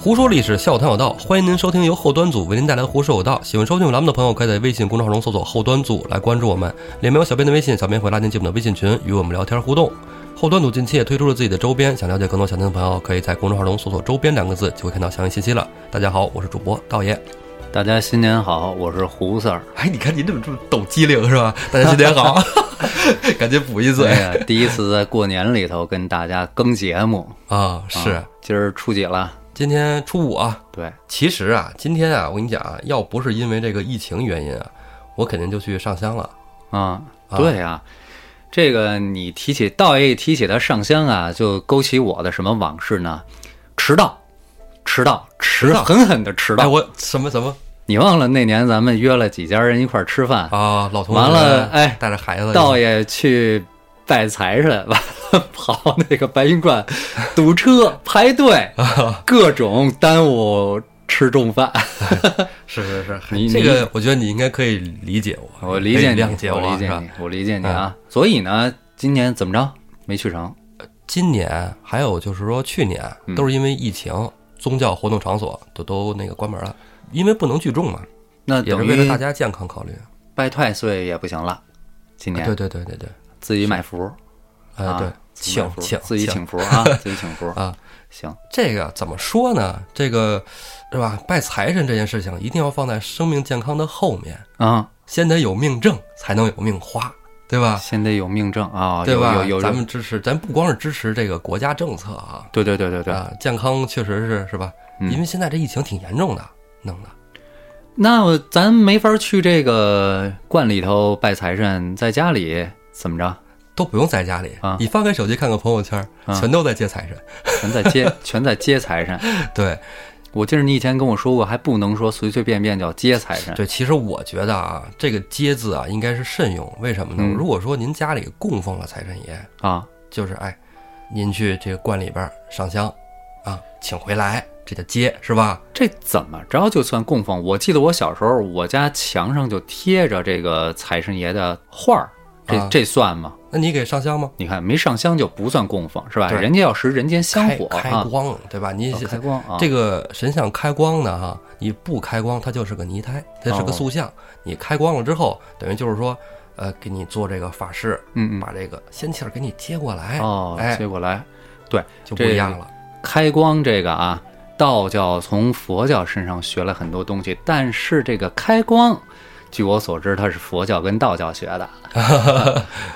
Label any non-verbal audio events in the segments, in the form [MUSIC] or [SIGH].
胡说历史，笑谈有道，欢迎您收听由后端组为您带来的《胡说有道》。喜欢收听我们栏目的朋友，可以在微信公众号中搜索“后端组”来关注我们，里面有小编的微信，小编会拉您进我们的微信群，与我们聊天互动。后端组近期也推出了自己的周边，想了解更多详情的朋友，可以在公众号中搜索“周边”两个字，就会看到详细信息了。大家好，我是主播道 [LAUGHS] 爷。大家新年好，我是胡四儿。哎，你看您怎么这么抖机灵是吧？大家新年好，赶紧补一嘴哎呀，第一次在过年里头跟大家更节目， [LAUGHS] 啊！是啊今儿初几了？今天初五啊，对，其实啊，今天啊，我跟你讲啊，要不是因为这个疫情原因啊，我肯定就去上香了。啊，对啊，这个你提起道爷一提起他上香啊，就勾起我的什么往事呢？迟到，迟到，迟到狠狠的迟哎，到。我什么什么你忘了那年咱们约了几家人一块儿吃饭，啊，老同学完了哎带着孩子，道爷去拜财神，完了跑那个白云观，堵车排 [LAUGHS] 队，各种耽误吃中饭。是是 [LAUGHS] 是，你这个我觉得你应该可以理解我，我理解可你，以谅解嗯我理是解吧你？，我理解你啊。所以呢，今年怎么着没去成？今年还有就是说去年嗯都是因为疫情，宗教活动场所都都那个关门了，因为不能聚众嘛，那也是等为了于大家健康考虑。拜太岁也不行了，今年、啊对对对对对，自己买福，哎哎啊对，自己买请福请自己请请福啊，自己请福 [LAUGHS] 啊。行，这个怎么说呢？这个是吧？拜财神这件事情一定要放在生命健康的后面，啊，先得有命挣，才能有命花，对吧？先得有命证啊，对有吧？有有咱们支持，咱不光是支持这个国家政策啊，对对对对对。啊，健康确实是是吧？嗯因为现在这疫情挺严重的，弄的。那我咱没法去这个观里头拜财神，在家里怎么着？都不用在家里啊，你翻开手机看看朋友圈，啊全都在接财神。 [LAUGHS] 全在接，全在接财神。对我记得你以前跟我说过，还不能说随随便便叫接财神。对，其实我觉得啊，这个“接”字啊，应该是慎用。为什么呢嗯？如果说您家里供奉了财神爷，啊，就是哎，您去这个观里边儿上香啊，请回来，这叫接是吧？这怎么着就算供奉？我记得我小时候，我家墙上就贴着这个财神爷的画儿，这、啊这算吗？那你给上香吗？你看没上香就不算供奉是吧？对人家要食人间香开火开啊，光对吧？你哦开光啊，这个个神像开光呢哈，你不开光它就是个泥胎，它是个哦塑像。你开光了之后，等于就是说，呃，给你做这个法事，嗯把这个仙气儿给你接过来嗯，哦，哎接过来，就不一样了。开光这个啊，道教从佛教身上学了很多东西，但是这个开光，据我所知，它是佛教跟道教 [LAUGHS] 学的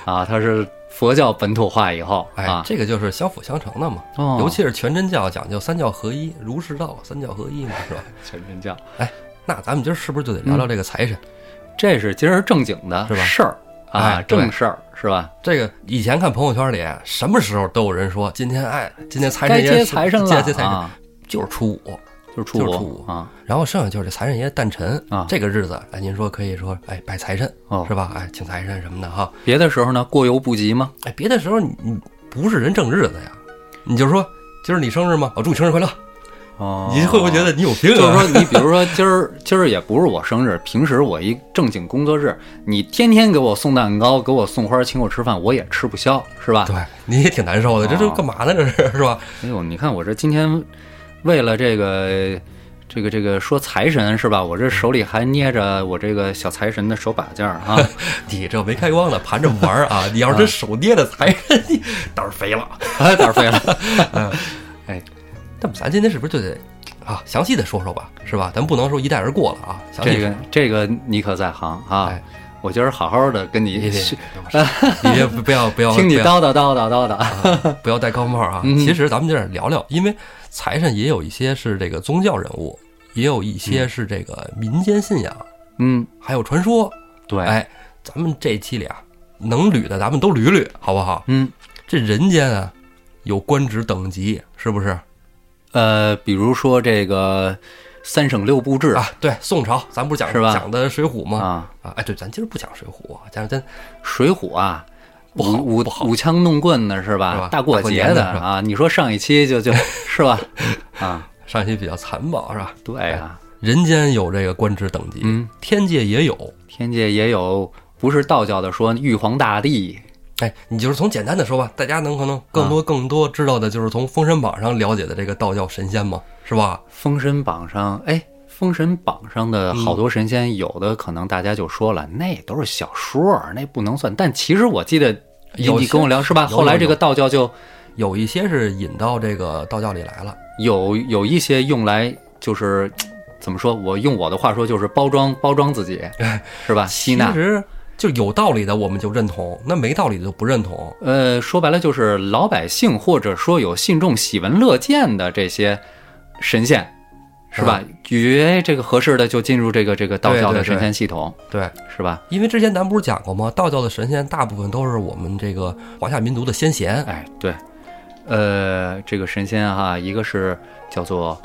啊，它是佛教本土化以后哎，啊，这个就是相辅相成的嘛。哦尤其是全真教讲究三教合一，儒释道三教合一嘛，是 [LAUGHS] 吧？哦全真教，那咱们今儿是不是就得聊聊这个财神？这是今儿正经的是吧事儿啊，哎对正事儿是吧？这个以前看朋友圈里，什么时候都有人说今天哎，今天财该神爷接是财神了接接财神，啊，就是初五。就是初就是初五五啊，然后剩下就是这财神爷诞辰啊这个日子，哎，您说可以说哎拜财神、哦是吧？哎，请财神什么的哈。别的时候呢，过犹不及吗？哎，别的时候你你不是人正日子呀，你就说今儿你生日吗？我祝你生日快乐。哦你会不会觉得你有病、啊？ [LAUGHS] 就是说，你比如 [LAUGHS] 说今儿今儿也不是我生日，平时我一正经工作日，你天天给我送蛋糕，给我送花，请我吃饭，我也吃不消，是吧？对，你也挺难受的，这都哦干嘛呢？这是是吧？ [LAUGHS] 哎呦，你看我这今天为了这个这个这个说财神是吧？我这手里还捏着我这个小财神的手把件儿 [LAUGHS] 啊，你这没开光的盘着玩儿 [LAUGHS] 啊！你要是真手捏着财神， [LAUGHS] 你胆儿肥了。啊胆儿肥了。 [LAUGHS] 那么咱今天是不是就得啊详细的说说吧，是吧？咱不能说一带而过了啊。详细这个这个你可在行啊！哎我今儿好好的跟你你别你别不要不要 [LAUGHS] 听你不要叨叨叨叨叨叨。不要戴高帽啊！嗯其实咱们在这儿聊聊，因为财神也有一些是这个宗教人物，也有一些是这个民间信仰，嗯，还有传说。对，哎，咱们这期里啊，能捋的咱们都捋捋，好不好？嗯这人间啊，有官职等级，是不是呃，比如说这个三省六部制啊？对，宋朝咱不是讲是吧讲的《水浒》吗？啊，啊，哎，对，咱今儿不讲《水浒》，咱咱《水浒》啊，不好舞不好舞枪弄棍的是吧？是吧大过节大过的年的是吧啊，你说上一期就 [LAUGHS] 就是 [LAUGHS] 吧？啊，上一期比较残暴，是吧？对啊，人间有这个官职等级，嗯，天界也有天界也有，不是道教的说玉皇大帝哎，你就是从简单的说吧，大家能可能更嗯多更多知道的就是从《封神榜》上了解的这个道教神仙嘛，是吧？封神榜上，哎，封神榜上的好多神仙，有的可能大家就说了，那都是小说儿，那不能算。但其实我记得你有你些跟我聊是吧？有后来有这个道教就有一些是引到这个道教里来了， [LAUGHS] 有有一些用来就是怎么说？我用我的话说就是包装包装自己，是吧？吸纳其。实就有道理的我们就认同，那没道理的就不认同。呃，说白了就是老百姓或者说有信众喜闻乐见的这些神仙，是吧？觉这个合适的就进入这个这个道对教嗯对的神对仙系统，对，是吧？因为之前咱不是讲过吗？道教的神仙大部分都是我们这个华夏民族的先贤，哎，对，呃，这个神仙哈、一个是叫做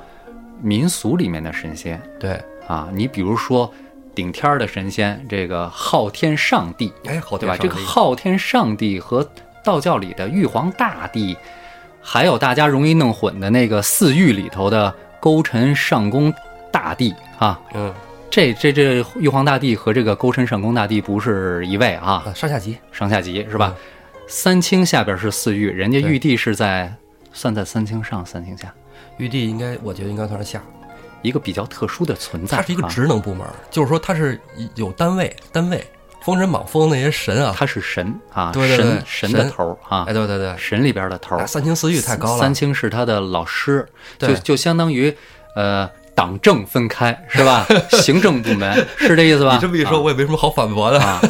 民俗里面的神仙对。啊，你比如说顶天儿的神仙，这个昊天上帝，哎，好对对吧？哦这个昊天上帝和道教里的玉皇大帝，还有大家容易弄混的那个四御里头的勾陈上宫大帝啊，嗯，这这这玉皇大帝和这个勾陈上宫大帝不是一位啊，啊上下级上下级是吧？三清下边是四御，人家嗯对玉帝是在算在三清上，三清下，玉帝应该，我觉得应该算是下，一个比较特殊的存在。它是一个啊职能部门，就是说它是有单位，单位封神榜封的那些神啊，他是神啊，对对对神神的神头儿啊哎，，对对对，神里边的头儿啊。三清四御太高了，三清是他的老师，就对就相当于呃党政分开 [LAUGHS] 是吧？行政部门是这意思吧？你这么一说，我也没什么好反驳的。啊啊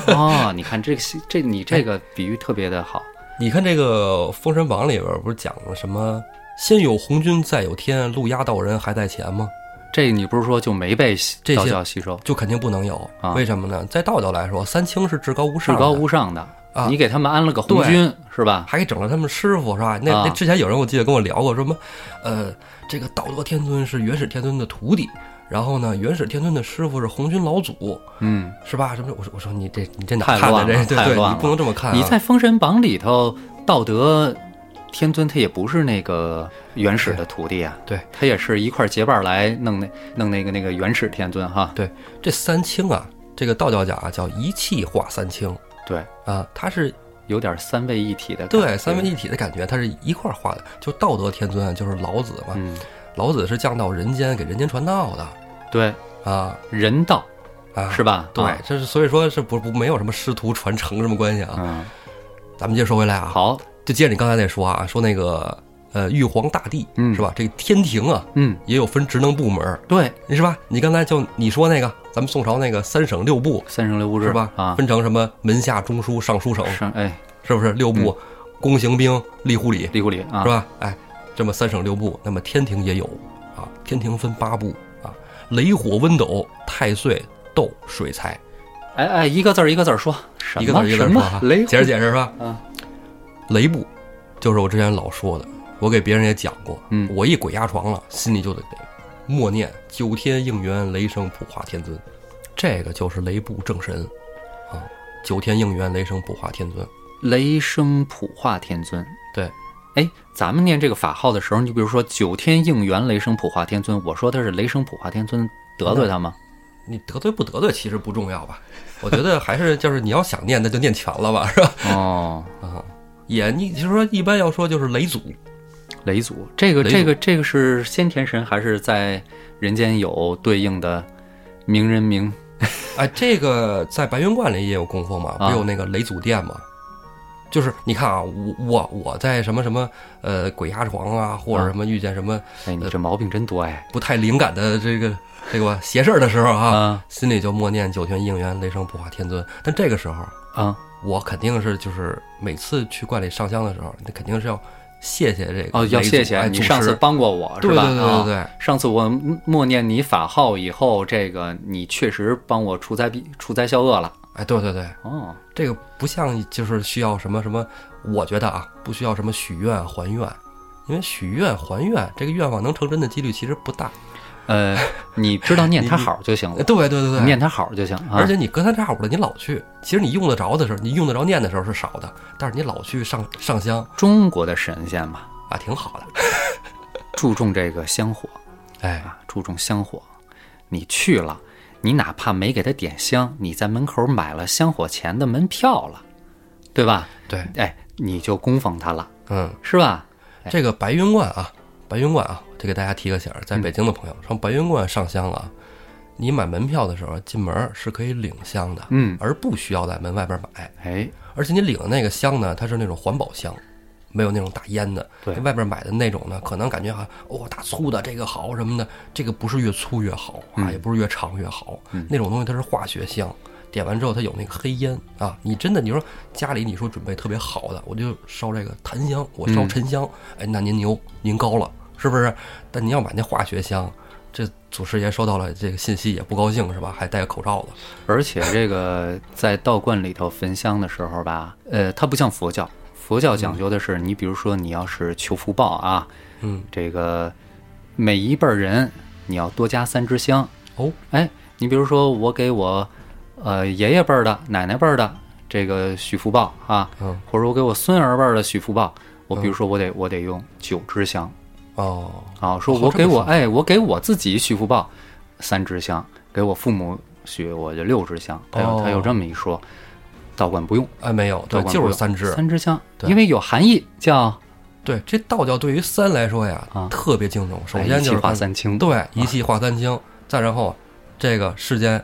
哦，你看这个这你这个比喻特别的好，你看这个《封神榜》里边不是讲了什么“先有红军再有天，路压道人还在前”吗？这你不是说就没被这些道教吸收，就肯定不能有啊。为什么呢？在道教来说，三清是至高无至上的，高无上的，啊你给他们安了个红军是吧？还给整了他们师傅是吧？那啊那之前有人我记得跟我聊过，什么呃，这个道德天尊是元始天尊的徒弟，然后呢，元始天尊的师傅是红军老祖，嗯，是吧？什么？我说我说你这你这哪太看的乱了这对太对，乱你了不能这么看、啊。你在《封神榜》里头，道德天尊他也不是那个原始的徒弟啊，对他也是一块儿结伴儿来弄那弄那个那个原始天尊哈，对这三清啊，这个道教讲啊叫一气化三清对，啊，它是有点三位一体的感觉，对三位一体的感觉，它是一块儿化的。就道德天尊啊，就是老子嘛，嗯，老子是降到人间给人间传道的对，啊人道啊，是吧？对啊，这是所以说是不不没有什么师徒传承什么关系啊。嗯，咱们接着说回来啊，，好，就接着你刚才那说啊，说那个呃玉皇大帝、嗯是吧？这个天庭啊嗯，也有分职能部门儿，对，是吧？你刚才就你说那个咱们宋朝那个三省六部三省六部制是吧？啊，分成什么门下、中书、尚书省，省哎，是不是六部？公行兵、吏户礼李谷里嗯啊是，吧？哎，这么三省六部，那么天庭也有啊，天庭分八部啊，雷火温斗、太岁、斗、水财，哎哎，一个字儿一个字儿说，什一个字么儿一个字什儿说么哈，雷解释解释是吧？啊，雷部就是我之前老说的，我给别人也讲过，嗯我一鬼压床了，心里就得默念九天应元雷声普化天尊，这个就是雷部正神啊，九天应元雷声普化天尊，雷声普化天尊。对，哎，咱们念这个法号的时候，你比如说九天应元雷声普化天尊，我说他是雷声普化天尊，得 [LAUGHS] 罪他吗？你得罪不得罪其实不重要吧，我觉得还是就是你要想念那就念全了吧，是吧？哦，啊，也你就是说一般要说就是雷祖，雷祖，这个雷祖这个这个是先天神还是在人间有对应的名人名？哎，这个在白云观里也有供奉嘛，啊不有那个雷祖殿嘛？就是你看啊，我我我在什么什么呃鬼压床啊，或者啊什么遇见什么哎，你这毛病真多哎！不太灵感的这个这个邪事儿的时候啊，啊心里就默念九天应元雷声普化天尊。但这个时候，啊我肯定是就是每次去观里上香的时候，那肯定是要谢谢这个哦，要雷祖谢谢哎你祖上次师帮过我是对对吧？对对对，啊上次我默念你法号以后，这个你确实帮我除灾避除灾消厄了。哎对对对，哦，这个不像就是需要什么什么，我觉得啊，不需要什么许愿还愿，因为许愿还愿这个愿望能成真的几率其实不大。 [LAUGHS] 呃，你知道念他好就行呃了，对对对对，嗯念他好就行。啊、而且你隔三差五的你老去，其实你用得着的时候，你用得着念的时候是少的，但是你老去上上香中国的神仙嘛，啊，挺好的。注重这个香火哎，啊，注重香火。你去了，你哪怕没给他点香，你在门口买了香火钱的门票了，对吧？对，哎，你就供奉他了，嗯，是吧？哎这个白云观啊，白云观啊，这给大家提个醒儿，在嗯北京的朋友上白云观上香啊，你买门票的时候进门儿是可以领香的，嗯，而不需要在门外边买。哎，而且你领的那个香呢，它是那种环保香，没有那种大烟的。对外边买的那种呢，可能感觉哈、哦大粗的这个好什么的，这个不是越粗越好啊，嗯也不是越长越好，嗯那种东西它是化学香。点完之后，它有那个黑烟啊！你真的，你说家里你说准备特别好的，我就烧这个檀香，我烧嗯沉香，哎，那您牛，您高了，是不是？但您要买那化学香，这祖师爷收到了这个信息也不高兴是吧？还戴个口罩子，而且这个在道观里头焚香的时候吧，呃，它不像佛教，佛教讲究的是，你比如说你要是求福报啊，嗯，这个每一辈儿人你要多加三支香。哦，哎，你比如说我给我呃爷爷辈儿的、奶奶辈儿的这个许福报啊，嗯，或者我给我孙儿辈儿的许福报，我比如说我得我得用九支香。哦，啊，说哦我这给么我说哎，我给我自己许福报三支香，给我父母许我就六支香，他有他有哦这么一说，道观不用，哎，没有，道对，观就不是用三支，三支香，对因为有含义叫对，这道教对于三来说呀，啊特别敬重。首哎先一就是气化看三啊清对一气化三清，再然后这个世间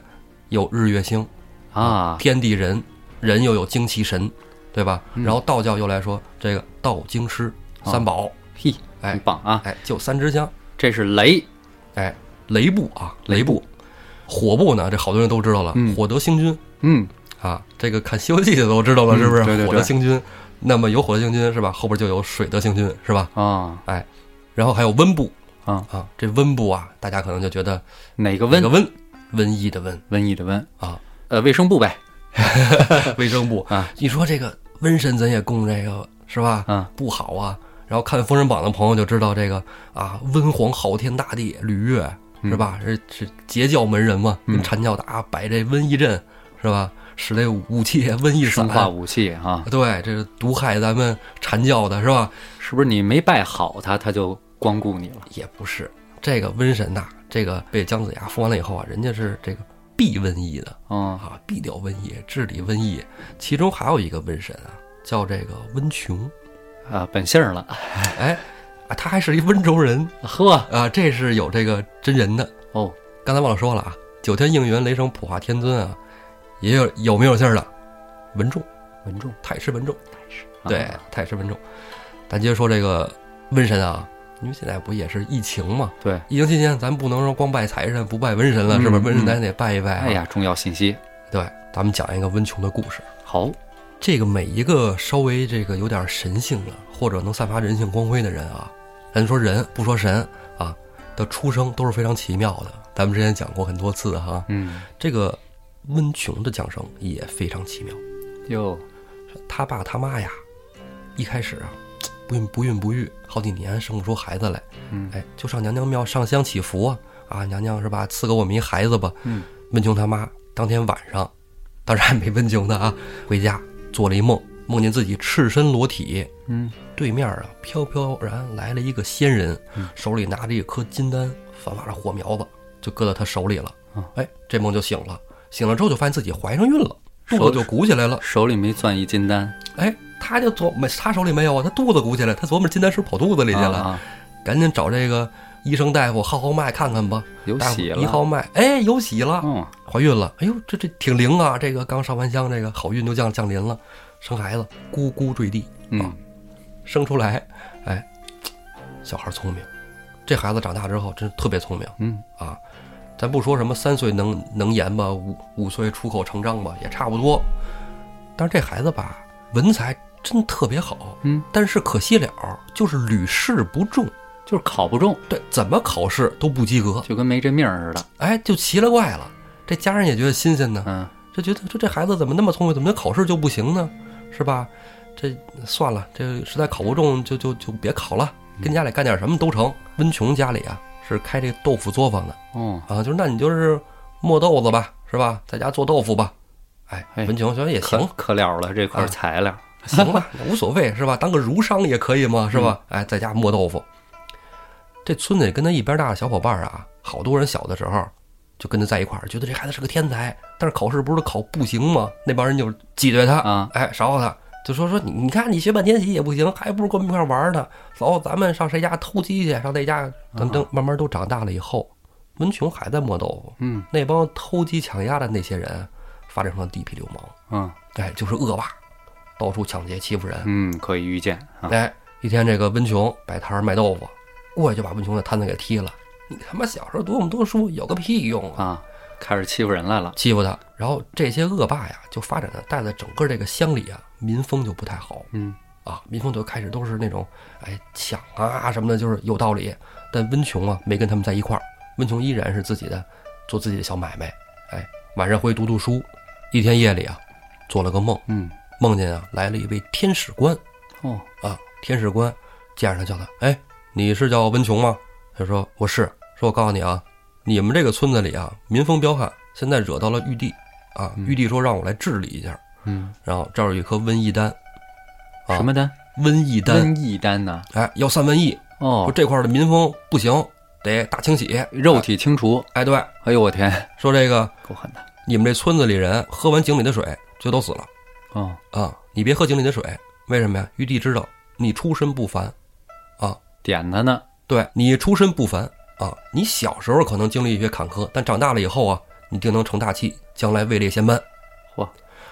有日月星啊，天地人，人又有精气神，对吧？嗯然后道教又来说这个道经师啊三宝，嘿，哎很棒啊，哎，就三支香，这是雷，哎，雷部啊，雷部，火部呢，这好多人都知道了，嗯火德星君嗯，啊，这个看《西游记》的都知道了，嗯是不是？对对对火德星君，那么有火德星君是吧？后边就有水德星君是吧？啊，哎然后还有温布啊啊，这温布啊，大家可能就觉得哪个哪瘟个瘟瘟疫的瘟瘟疫的瘟啊，呃，卫生部呗， [LAUGHS] 卫生部啊，你说这个瘟神咱也供这个是吧？啊，不好啊。然后看《封神榜》的朋友就知道这个啊，温皇昊天大帝吕岳是吧？是是截教门人嘛，嗯跟阐教打摆这瘟疫阵是吧？使这武器瘟疫生散，化武器啊，对，这是毒害咱们阐教的是吧？是不是你没拜好他，他就光顾你了？也不是，这个瘟神呐、这个被姜子牙封完了以后啊，人家是这个避瘟疫的嗯，啊，避掉瘟疫，治理瘟疫。其中还有一个瘟神啊，叫这个温琼，啊，本姓儿了，哎，啊，他还是一温州人呵，啊，这是有这个真人的。哦，刚才忘了说了啊，九天应元雷声普化天尊啊，也有有没有信儿的？文仲，文仲，太师文仲，啊对，太师文仲。咱接着说这个瘟神啊，因为现在不也是疫情嘛，对，疫情期间，咱不能说光拜财神不拜瘟神了，是不是？嗯瘟神咱也得拜一拜、啊哎，呀，重要信息，对，咱们讲一个温琼的故事。好，这个每一个稍微这个有点神性的，或者能散发人性光辉的人啊，咱说人不说神啊的出生都是非常奇妙的。咱们之前讲过很多次哈、嗯，这个温琼的降生也非常奇妙。哟，他爸他妈呀，一开始啊，不孕不孕不育，好几年生不出孩子来，嗯哎，就上娘娘庙上香祈福啊，啊，娘娘是吧，赐给我们一孩子吧。嗯，温琼他妈当天晚上，当然还没温琼呢啊，回家做了一梦，梦见自己赤身裸体，嗯，对面啊飘飘然来了一个仙人，嗯手里拿着一颗金丹，反发着火苗子，就搁到他手里了啊。哎，这梦就醒了，醒了之后就发现自己怀上孕了，手肚子就鼓起来了。手里没攥一金丹哎，他就琢磨，他手里没有啊，他肚子鼓起来，他琢磨金丹是跑肚子里去了，啊，啊赶紧找这个医生大夫号号脉看看吧。有大夫喜一号了，脉，哎，有喜了，嗯，怀孕了。哎呦，这这挺灵啊，这个刚上完香，这个好运就降降临了，生孩子咕咕坠地，嗯，生出来，哎，小孩聪明，这孩子长大之后真是特别聪明。嗯，啊，咱不说什么三岁能能言吧，五五岁出口成章吧，也差不多。但是这孩子吧，文采真特别好，嗯，但是可惜了，就是屡试不中，就是考不中，对，怎么考试都不及格，就跟没这命儿似的，哎，就奇了怪了。这家人也觉得新鲜呢，嗯，就觉得这这孩子怎么那么聪明，怎么考试就不行呢？是吧？这算了，这实在考不中就就就别考了，跟家里干点什么都成。温琼家里啊是开这个豆腐作坊的，哦，啊，就是那你就是磨豆子吧，是吧？在家做豆腐吧。哎，哎文琼觉得也可行，可了了这块啊材料，行吧，无所谓是吧？当个儒商也可以嘛，是吧？哎，在家磨豆腐。这村子里跟他一边大的小伙伴儿啊，好多人小的时候就跟他在一块儿，觉得这孩子是个天才，但是考试不是考不行吗？那帮人就挤兑他，啊哎，勺他，就说说你你看你学半天习也不行，还不如跟我们一块儿玩儿呢。走，咱们上谁家偷鸡去？上那家，咱等慢慢都长大了以后，文琼还在磨豆腐。嗯那帮偷鸡抢鸭的那些人，发展成了地痞流氓，嗯哎，就是恶霸，到处抢劫欺负人。嗯，可以预见啊，哎，一天这个温琼摆摊儿卖豆腐，过去就把温琼的摊子给踢了。你他妈小时候读我们多书有个屁用啊！啊，开始欺负人来了。欺负他，然后这些恶霸呀，就发展的带在整个这个乡里啊，民风就不太好嗯啊，民风就开始都是那种哎抢啊什么的，就是有道理。但温琼啊，没跟他们在一块儿，温琼依然是自己的做自己的小买卖，哎，晚上回去读读书。一天夜里啊，做了个梦，嗯，梦见啊来了一位天使官，哦，啊，天使官见着他叫他，哎，你是叫温琼吗？他说我是，说我告诉你啊，你们这个村子里啊，民风彪悍，现在惹到了玉帝啊，玉帝说让我来治理一下，嗯，然后这儿有一颗瘟疫丹，啊什么丹？瘟疫丹，瘟疫哦丹呢？哎，要散瘟疫，说哦，这块儿的民风不行，得大清洗，肉体清除。哎，对，哎呦我天，说这个够狠的。你们这村子里人喝完井里的水就都死了哦，啊，你别喝井里的水，为什么呀？玉帝知道你出身不凡，点他呢。对你出身不凡啊，你小时候可能经历一些坎坷，但长大了以后啊，你定能成大器，将来位列仙班。嚯，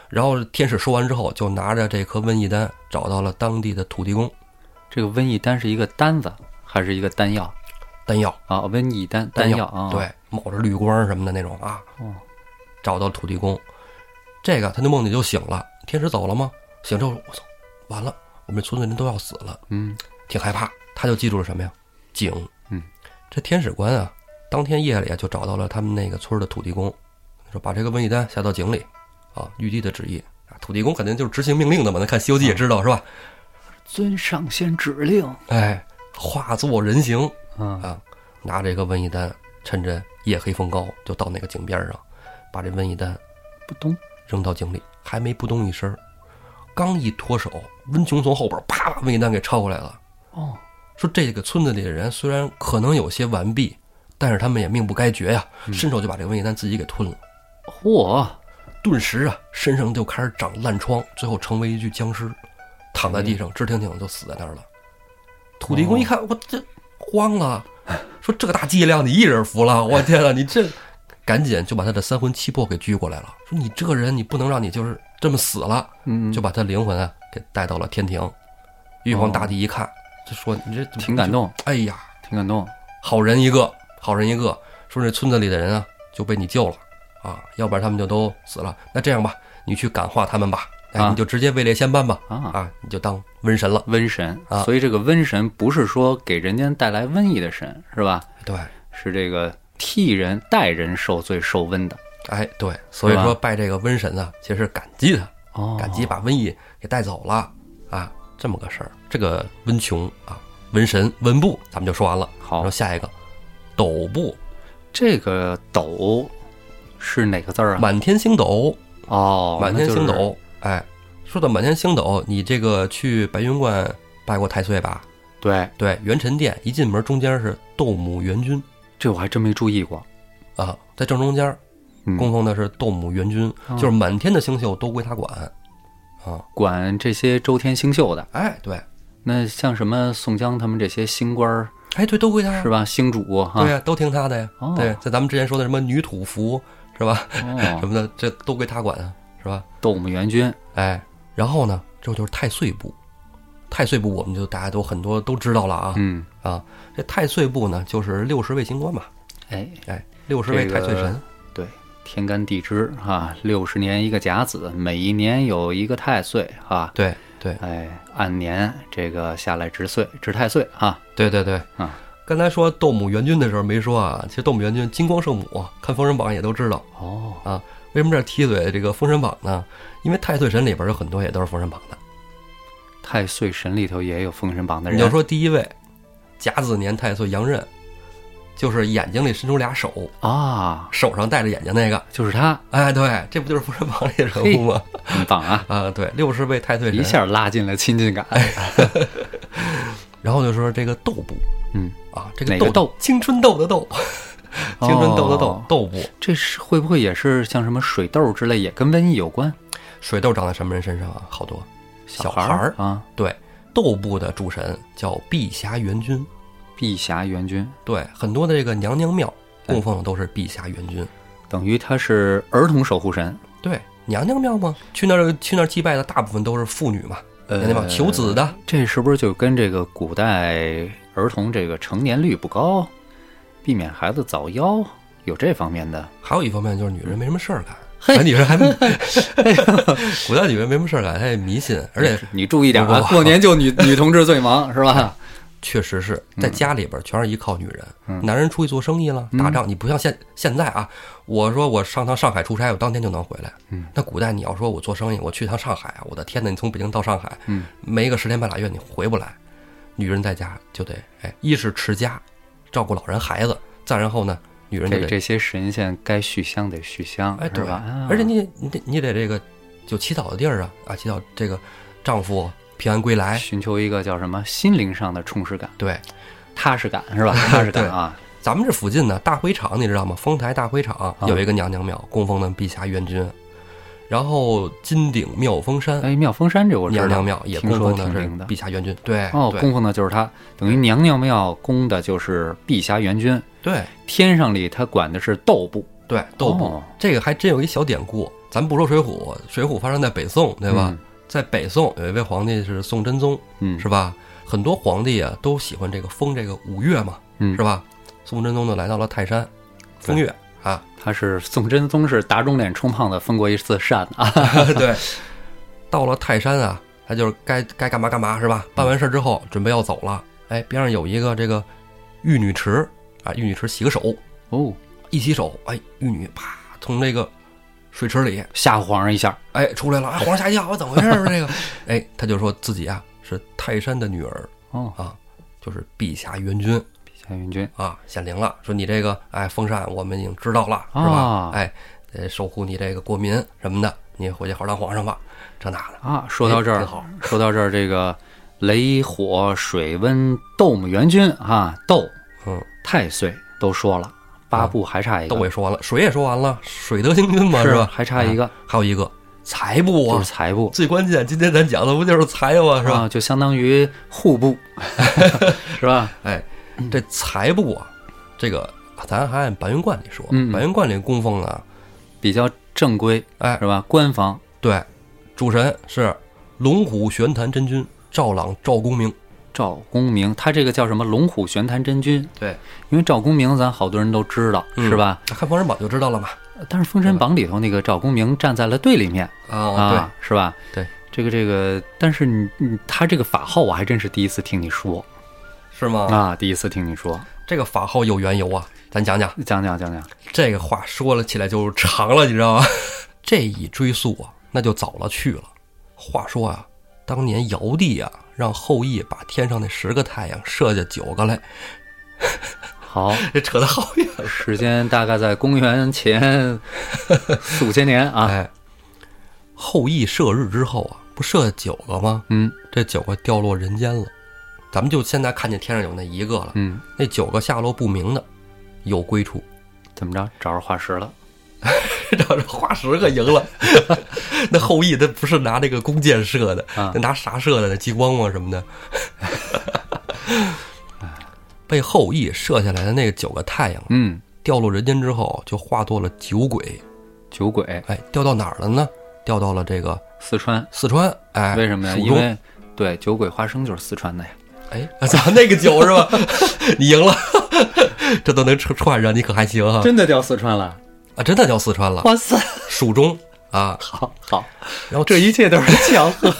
然后天使说完之后，就拿着这颗瘟疫丹找到了当地的土地公这个瘟疫丹是一个单子还是一个丹药丹药，啊？瘟疫丹丹药啊？，对，冒着绿光什么的那种啊，哦，找到土地公。这个他就梦见就醒了，天使走了吗？醒之后，我操，完了，我们村子人都要死了，嗯挺害怕。他就记住了什么呀？井。嗯，这天使官啊，当天夜里啊就找到了他们那个村儿的土地公，说把这个瘟疫丹下到井里，啊，玉帝的旨意啊，土地公肯定就是执行命令的嘛。那看《西游记》也知道是吧？遵上仙指令。哎，化作人形，啊，拿这个瘟疫丹，趁着夜黑风高，就到那个井边上，把这瘟疫丹不懂。扔到井里，还没扑通一声儿，刚一脱手，温琼从后边啪把瘟疫丹给抄过来了。哦，说这个村子里的人虽然可能有些顽鄙，但是他们也命不该绝呀、嗯伸手就把这个瘟疫丹自己给吞了。嚯，顿时啊，身上就开始长烂疮，最后成为一具僵尸，躺在地嗯上直挺挺地就死在那儿了。土地公哦一看，我这慌了，说这个大剂量你一人服了，我天呐，你这赶紧就把他的三魂七魄给拘过来了。说你这个人，你不能让你就是这么死了，嗯，就把他灵魂啊给带到了天庭。玉皇大帝一看，就说你这怎么挺感，动，哎呀，挺感动。好人一个，好人一个，说这村子里的人啊就被你救了啊，要不然他们就都死了。那这样吧，你去感化他们吧，哎，啊你就直接位列仙班吧，啊啊，你就当瘟神了。瘟神啊所以这个瘟神不是说给人间带来瘟疫的神，是吧？对，是这个替人代人受罪受瘟的。哎，对，所以是说吧拜这个瘟神啊，其实感激他，哦感激把瘟疫给带走了啊，这么个事儿。这个温琼啊，瘟神文部，咱们就说完了。然好后，下一个，斗部，这个斗是哪个字儿啊？满天星斗，哦，满天星那就是斗，哎，说到满天星斗，你这个去白云观拜过太岁吧？对，对，元辰殿一进门中间是斗母元君这我还真没注意过。啊，在正中间嗯供奉的是斗母元君，哦就是满天的星宿都归他管啊。管这些周天星宿的，哎，对，那像什么宋江他们这些星官儿哎，对，都归他呀是，吧？星主哈对，呀，啊都听他的呀。哦对，在咱们之前说的什么女土服是吧，什哦，么的，这都归他管啊，是吧？斗我们元君，哎，然后呢，这就是太岁部，太岁部我们就大家都很多都知道了啊。嗯，啊，这太岁部呢，就是六十位星官嘛，哎，哎，六十位太岁神，对，天干地支哈，六十年一个甲子，每一年有一个太岁哈，对对哎，按年这个下来值岁，值太岁哈，对对对啊！刚才说斗母元君的时候没说啊，其实斗母元君金光圣母，看《封神榜》也都知道。哦，为什么这儿踢嘴这个《封神榜》呢？因为太岁神里边有很多也都是《封神榜》的。太岁神里头也有封神榜的你人，就说第一位，甲子年太岁杨任，就是眼睛里伸出俩手，啊，手上戴着眼睛那个。就是他，哎，对，这不就是《封神榜》里的人物吗？，很棒啊 [LAUGHS] 啊，对，六十位太岁一神。下拉近了亲近感，哎然后就说这个斗部嗯，啊，这个哪个斗斗青春痘的痘，青春痘的痘哦，痘部。这是会不会也是像什么水痘之类，也跟瘟疫有关？水痘长在什么人身上啊？好多小孩孩儿啊，对，斗部的主神叫碧霞元君。碧霞元君对，很多的这个娘娘庙哎供奉的都是碧霞元君。等于他是儿童守护神，对，娘娘庙嘛，去那儿去那儿祭拜的大部分都是妇女嘛，娘娘庙求子的，这是不是就跟这个古代儿童这个成年率不高，避免孩子早夭有这方面的？还有一方面就是女人没什么事儿干。嘿，女人还 [LAUGHS] 古代女人没什么事儿干，她也迷信，而且你注意点不不啊，不过年就女女同志最忙是吧？确实是在家里边全是依靠女人，嗯男人出去做生意了、嗯打仗，你不像现现在啊，我说我上趟上海出差，我当天就能回来。嗯那古代你要说我做生意，我去趟上海，我的天哪，你从北京到上海，嗯，没个十天半俩月你回不来。女人在家就得哎，一是持家，照顾老人孩子，再然后呢，女人就这得这些神仙该续香得续香，嗯哎是对吧？啊而且你你得你得这个有祈祷的地儿啊啊，祈祷这个丈夫平安归来。寻求一个叫什么心灵上的充实感、对，踏实感是吧？踏实感啊，咱们这附近呢，大灰厂你知道吗？丰台大灰厂有一个娘娘庙，供奉的碧霞元君，然后金顶妙峰山、哎，妙峰山这我知娘娘道。庙也听供说奉的挺灵是的碧霞元君。对，哦，对供奉的就是他，等于娘娘庙供的就是碧霞元君，对天上里他管的是斗部，对，斗部、哦这个还真有一小典故。咱不说水浒，水浒发生在北宋，对吧？嗯在北宋有一位皇帝是宋真宗，嗯，是吧？很多皇帝啊都喜欢这个封这个五岳嘛，嗯是吧？宋真宗呢来到了泰山，封岳啊，他是宋真宗是打肿脸充胖子封过一次禅啊，对，到了泰山啊，他就是该该干嘛干嘛是吧？办完事儿之后，准备要走了，哎，边上有一个这个玉女池啊，玉女池洗个手，哦，一洗手，哎，玉女啪从这个水池里吓唬皇上一下，哎出来了，哎，皇上吓一跳，我怎么回事儿？这个，哎，他就说自己啊是泰山的女儿哦，啊，就是碧霞元君碧霞元君啊，显灵了，说你这个哎风扇我们已经知道了是啊吧？哎，得守护你这个国民什么的，你回去好好当皇上吧，这那的。啊，说到这哎儿挺，好说到这儿，这个雷火水温斗母元君啊，斗嗯，太岁都说了，八部还差一个，都也说完了，水也说完了，水德星君嘛，是吧？哎还差一个、还有一个财布就啊是，财部。最关键，今天咱讲的不就是财吗？是吧？啊，就相当于户 [LAUGHS] 部， [LAUGHS] 是吧？哎，嗯这财布啊，这个咱还按白云观里说，嗯白云观里供奉啊，比较正规，哎是吧？官方对，主神是龙虎玄坛真君赵朗赵公明，赵公明，他这个叫什么？龙虎玄坛真君，对，因为赵公明咱好多人都知道，嗯是吧？看《封神榜》就知道了嘛。但是《封神榜》里头那个赵公明站在了队里面啊，啊，是吧？对，这个这个，但是你你他这个法号我还真是第一次听你说对，是吗？啊，第一次听你说，这个法号有缘由啊，咱讲讲。讲讲讲讲，这个话说了起来就长了，你知道吗？ [LAUGHS] 这一追溯啊，那就早了去了。话说啊，当年尧帝啊，让后羿把天上那十个太阳射下九个来， [LAUGHS] 好，这扯得好远。时间大概在公元前 [LAUGHS] 四五千年啊，哎，后羿射日之后啊，不射下九个吗？嗯这九个掉落人间了。咱们就现在看见天上有那一个了，嗯，那九个下落不明的有归处。怎么着，找着化石了？ [LAUGHS] 找着花石可赢了。 [LAUGHS] 那后羿他不是拿那个弓箭射的，啊那拿啥射的呢？激光啊吗？什么的？ [LAUGHS] 被后羿射下来的那个九个太阳嗯，掉落人间之后，就化作了九鬼。酒鬼，哎，掉到哪儿了呢？掉到了这个四川，四川。哎，为什么呀？蜀因中。为对，酒鬼花生就是四川的呀。哎，咱那个九是吧？ [LAUGHS] 你赢了， [LAUGHS] 这都能串串上，你可还行啊？哦真的掉四川了！啊，真的掉四川了， [LAUGHS] 哇塞，蜀中啊，好好，然后这一切都是巧合。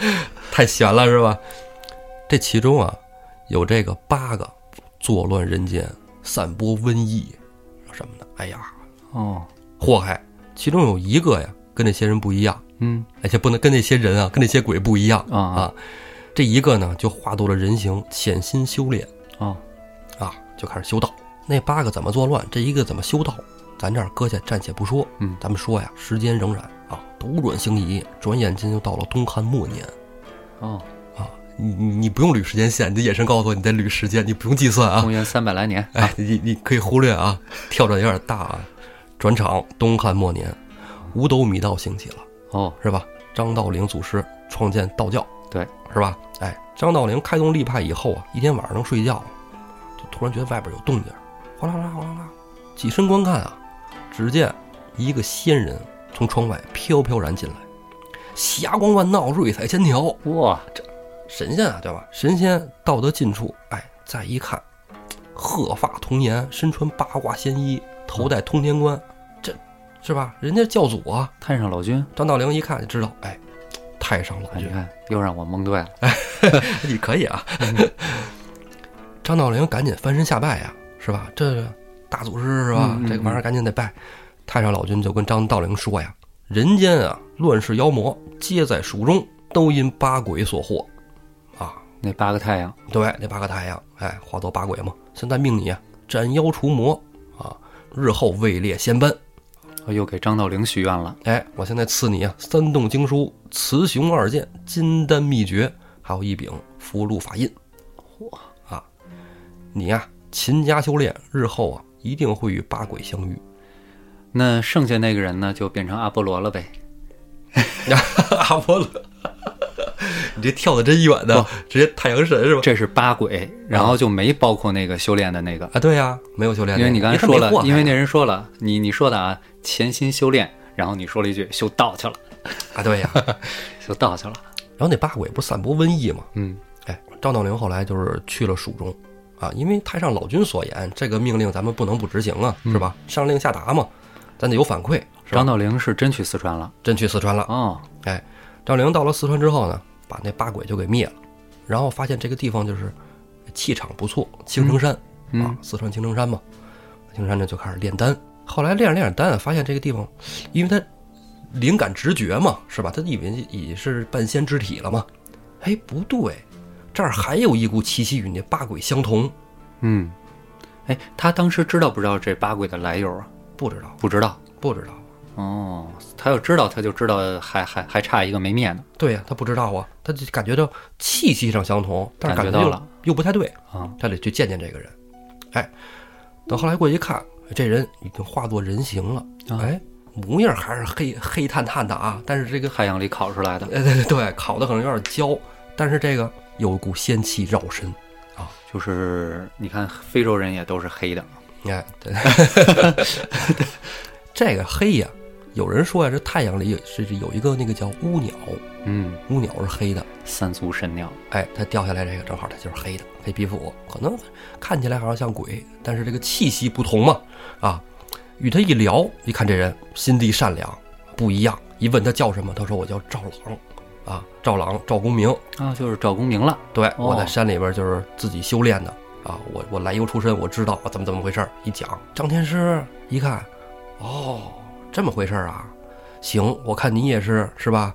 [LAUGHS] 太悬了是吧？这其中啊，有这个八个作乱人间、散播瘟疫什么的，哎呀，哦，祸害。其中有一个呀，跟这些人不一样，嗯而且不能跟那些人啊，跟那些鬼不一样啊啊。这一个呢，就化作了人形，潜心修炼哦，啊，就开始修道。那八个怎么作乱，这一个怎么修道，咱这儿搁下暂且不说。嗯咱们说呀，时间荏苒啊，斗转星移，转眼间就到了东汉末年。哦，啊，你你你不用捋时间线，你的眼神告诉我你在捋时间，你不用计算啊公。元三百来年，哎，你你可以忽略啊，跳转有点大啊。转场东汉末年，五斗米道兴起了，哦，是吧？张道陵祖师创建道教，对，是吧？哎，张道陵开宗立派以后啊，一天晚上能睡觉，就突然觉得外边有动静，哗啦啦哗啦啦，起身观看啊，只见一个仙人从窗外飘飘然进来，霞光万道，瑞彩千条，哇，神仙啊，对吧？神仙到得近处，哎，再一看，鹤发童颜，身穿八卦仙衣，头戴通天冠，这是吧？人家教主啊，太上老君，张道陵一看就知道，哎，太上老哎你 [LAUGHS] 君，看又让我蒙对了，你可以啊。张道陵赶紧翻身下拜呀、是吧？这大祖师是吧？嗯嗯这个玩意儿赶紧得拜。太上老君就跟张道陵说呀：“人间啊，乱世妖魔皆在蜀中，都因八鬼所惑，啊，那八个太阳，对，那八个太阳，哎，化作八鬼嘛。现在命你啊，斩妖除魔啊，日后位列仙班。我哦又给张道陵许愿了，哎，我现在赐你啊，三洞经书、雌雄二剑、金丹秘诀，还有一柄符箓法印。嚯啊！你呀、勤加修炼，日后啊，一定会与八鬼相遇。 [LAUGHS] 那剩下那个人呢，就变成阿波罗了呗。阿波罗， [LAUGHS] 你这跳的真远的，直接太阳神是吧？这是八鬼，然后就没包括那个修炼的那个，啊，对呀、没有修炼那个，因为你刚才看说没了祸，害因为那人说了，你你说的啊，潜心修炼，然后你说了一句修道去了，啊，对呀、 [LAUGHS] 修道去了，然后那八鬼不散播瘟疫吗？嗯，哎，张道陵后来就是去了蜀中，啊，因为太上老君所言，这个命令咱们不能不执行啊，是吧？上令下达嘛，咱得有反馈，是吧？张道陵是真去四川了真去四川了。哦，哎，张陵到了四川之后呢，把那八鬼就给灭了，然后发现这个地方就是气场不错，青城山、啊嗯，，四川青城山嘛，青城山呢就开始炼丹。后来炼着炼着丹啊，发现这个地方，因为他灵感直觉嘛，是吧？他以为已是半仙之体了嘛。哎，不对，这儿还有一股气息与那八鬼相同，嗯，哎，他当时知道不知道这八鬼的来由啊？不知道，不知道。不知道。哦，他要知道，他就知道还还还差一个没灭呢。对呀、他不知道啊，他就感觉到气息上相同，但是感感觉觉到又了又不太对，啊，他得去见见这个人。哎，等后来过去一看，这人已经化作人形了，啊哎，模样还是黑黑炭炭的啊，但是这个太阳里烤出来的，呃，对对，烤的可能有点焦，但是这个有股仙气绕身。就是你看非洲人也都是黑的，哎，对， [LAUGHS] 这个黑呀，有人说呀，这太阳里有是有一个那个叫乌鸟，嗯，乌鸟是黑的，三足神鸟，哎，它掉下来这个正好它就是黑的，黑皮肤，可能看起来好像像鬼，但是这个气息不同嘛，啊，与他一聊，一看这人心地善良，不一样，一问他叫什么，他说我叫赵朗，啊，赵朗，赵公明，啊，就是赵公明了，对，哦我在山里边就是自己修炼的啊，我我来由出身，我知道怎么怎么回事儿。一讲，张天师一看，哦，这么回事儿啊，行，我看你也是是吧，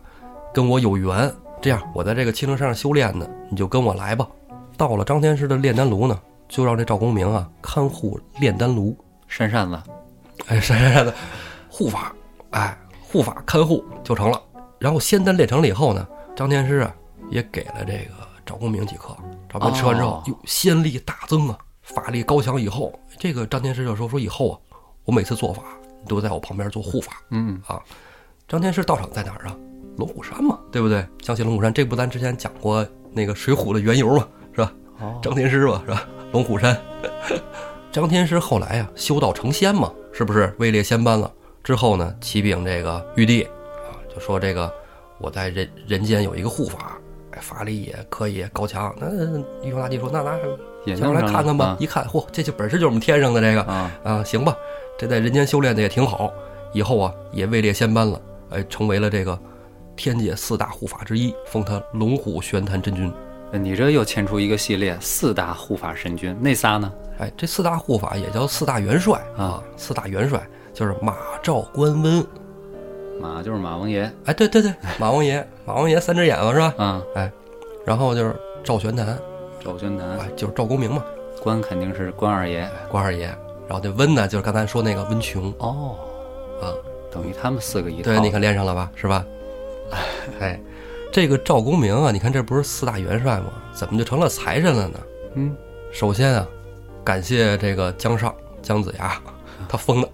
跟我有缘。这样，我在这个青城山上修炼呢，你就跟我来吧。到了张天师的炼丹炉呢，就让这赵公明啊看护炼丹炉，扇扇子，哎，闪闪闪的护法，哎，护法看护就成了。然后仙丹炼成了以后呢，张天师啊也给了这个赵公明几颗，赵公明吃完之后哦，哟、仙力大增啊，法力高强。以后这个张天师就说说以后啊，我每次做法你都在我旁边做护法嗯，啊。张天师道场在哪儿啊？龙虎山嘛，对不对？江西龙虎山，这不咱之前讲过那个《水浒》的缘由嘛，是吧？哦，张天师吧，是吧？龙虎山，张天师后来啊修道成仙嘛，是不是位列仙班了？之后呢，启禀这个玉帝啊，就说这个我在人人间有一个护法，哎，法力也可以高强。那玉皇大帝说，那那也叫弄我哦来上了看看吧啊。一看，嚯，这就本身就是我们天上的这个啊，啊，行吧，这在人间修炼的也挺好，以后啊也位列仙班了，哎，成为了这个天界四大护法之一，封他龙虎玄坛真君。你这又牵出一个系列四大护法神君，那仨呢？哎，这四大护法也叫四大元帅啊，四大元帅就是马赵关温。马就是马王爷哎，对对对，马王爷，马王爷三只眼嘛是吧？啊，然后就是赵玄坛，赵宣南，哎，就是赵公明嘛，关肯定是关二爷，关二爷。然后这温呢，就是刚才说那个温琼哦，啊，等于他们四个一套，对，你看连上了吧，是吧？哎，这个赵公明啊，你看这不是四大元帅吗？怎么就成了财神了呢？嗯，首先啊，感谢这个姜尚姜子牙，他封的。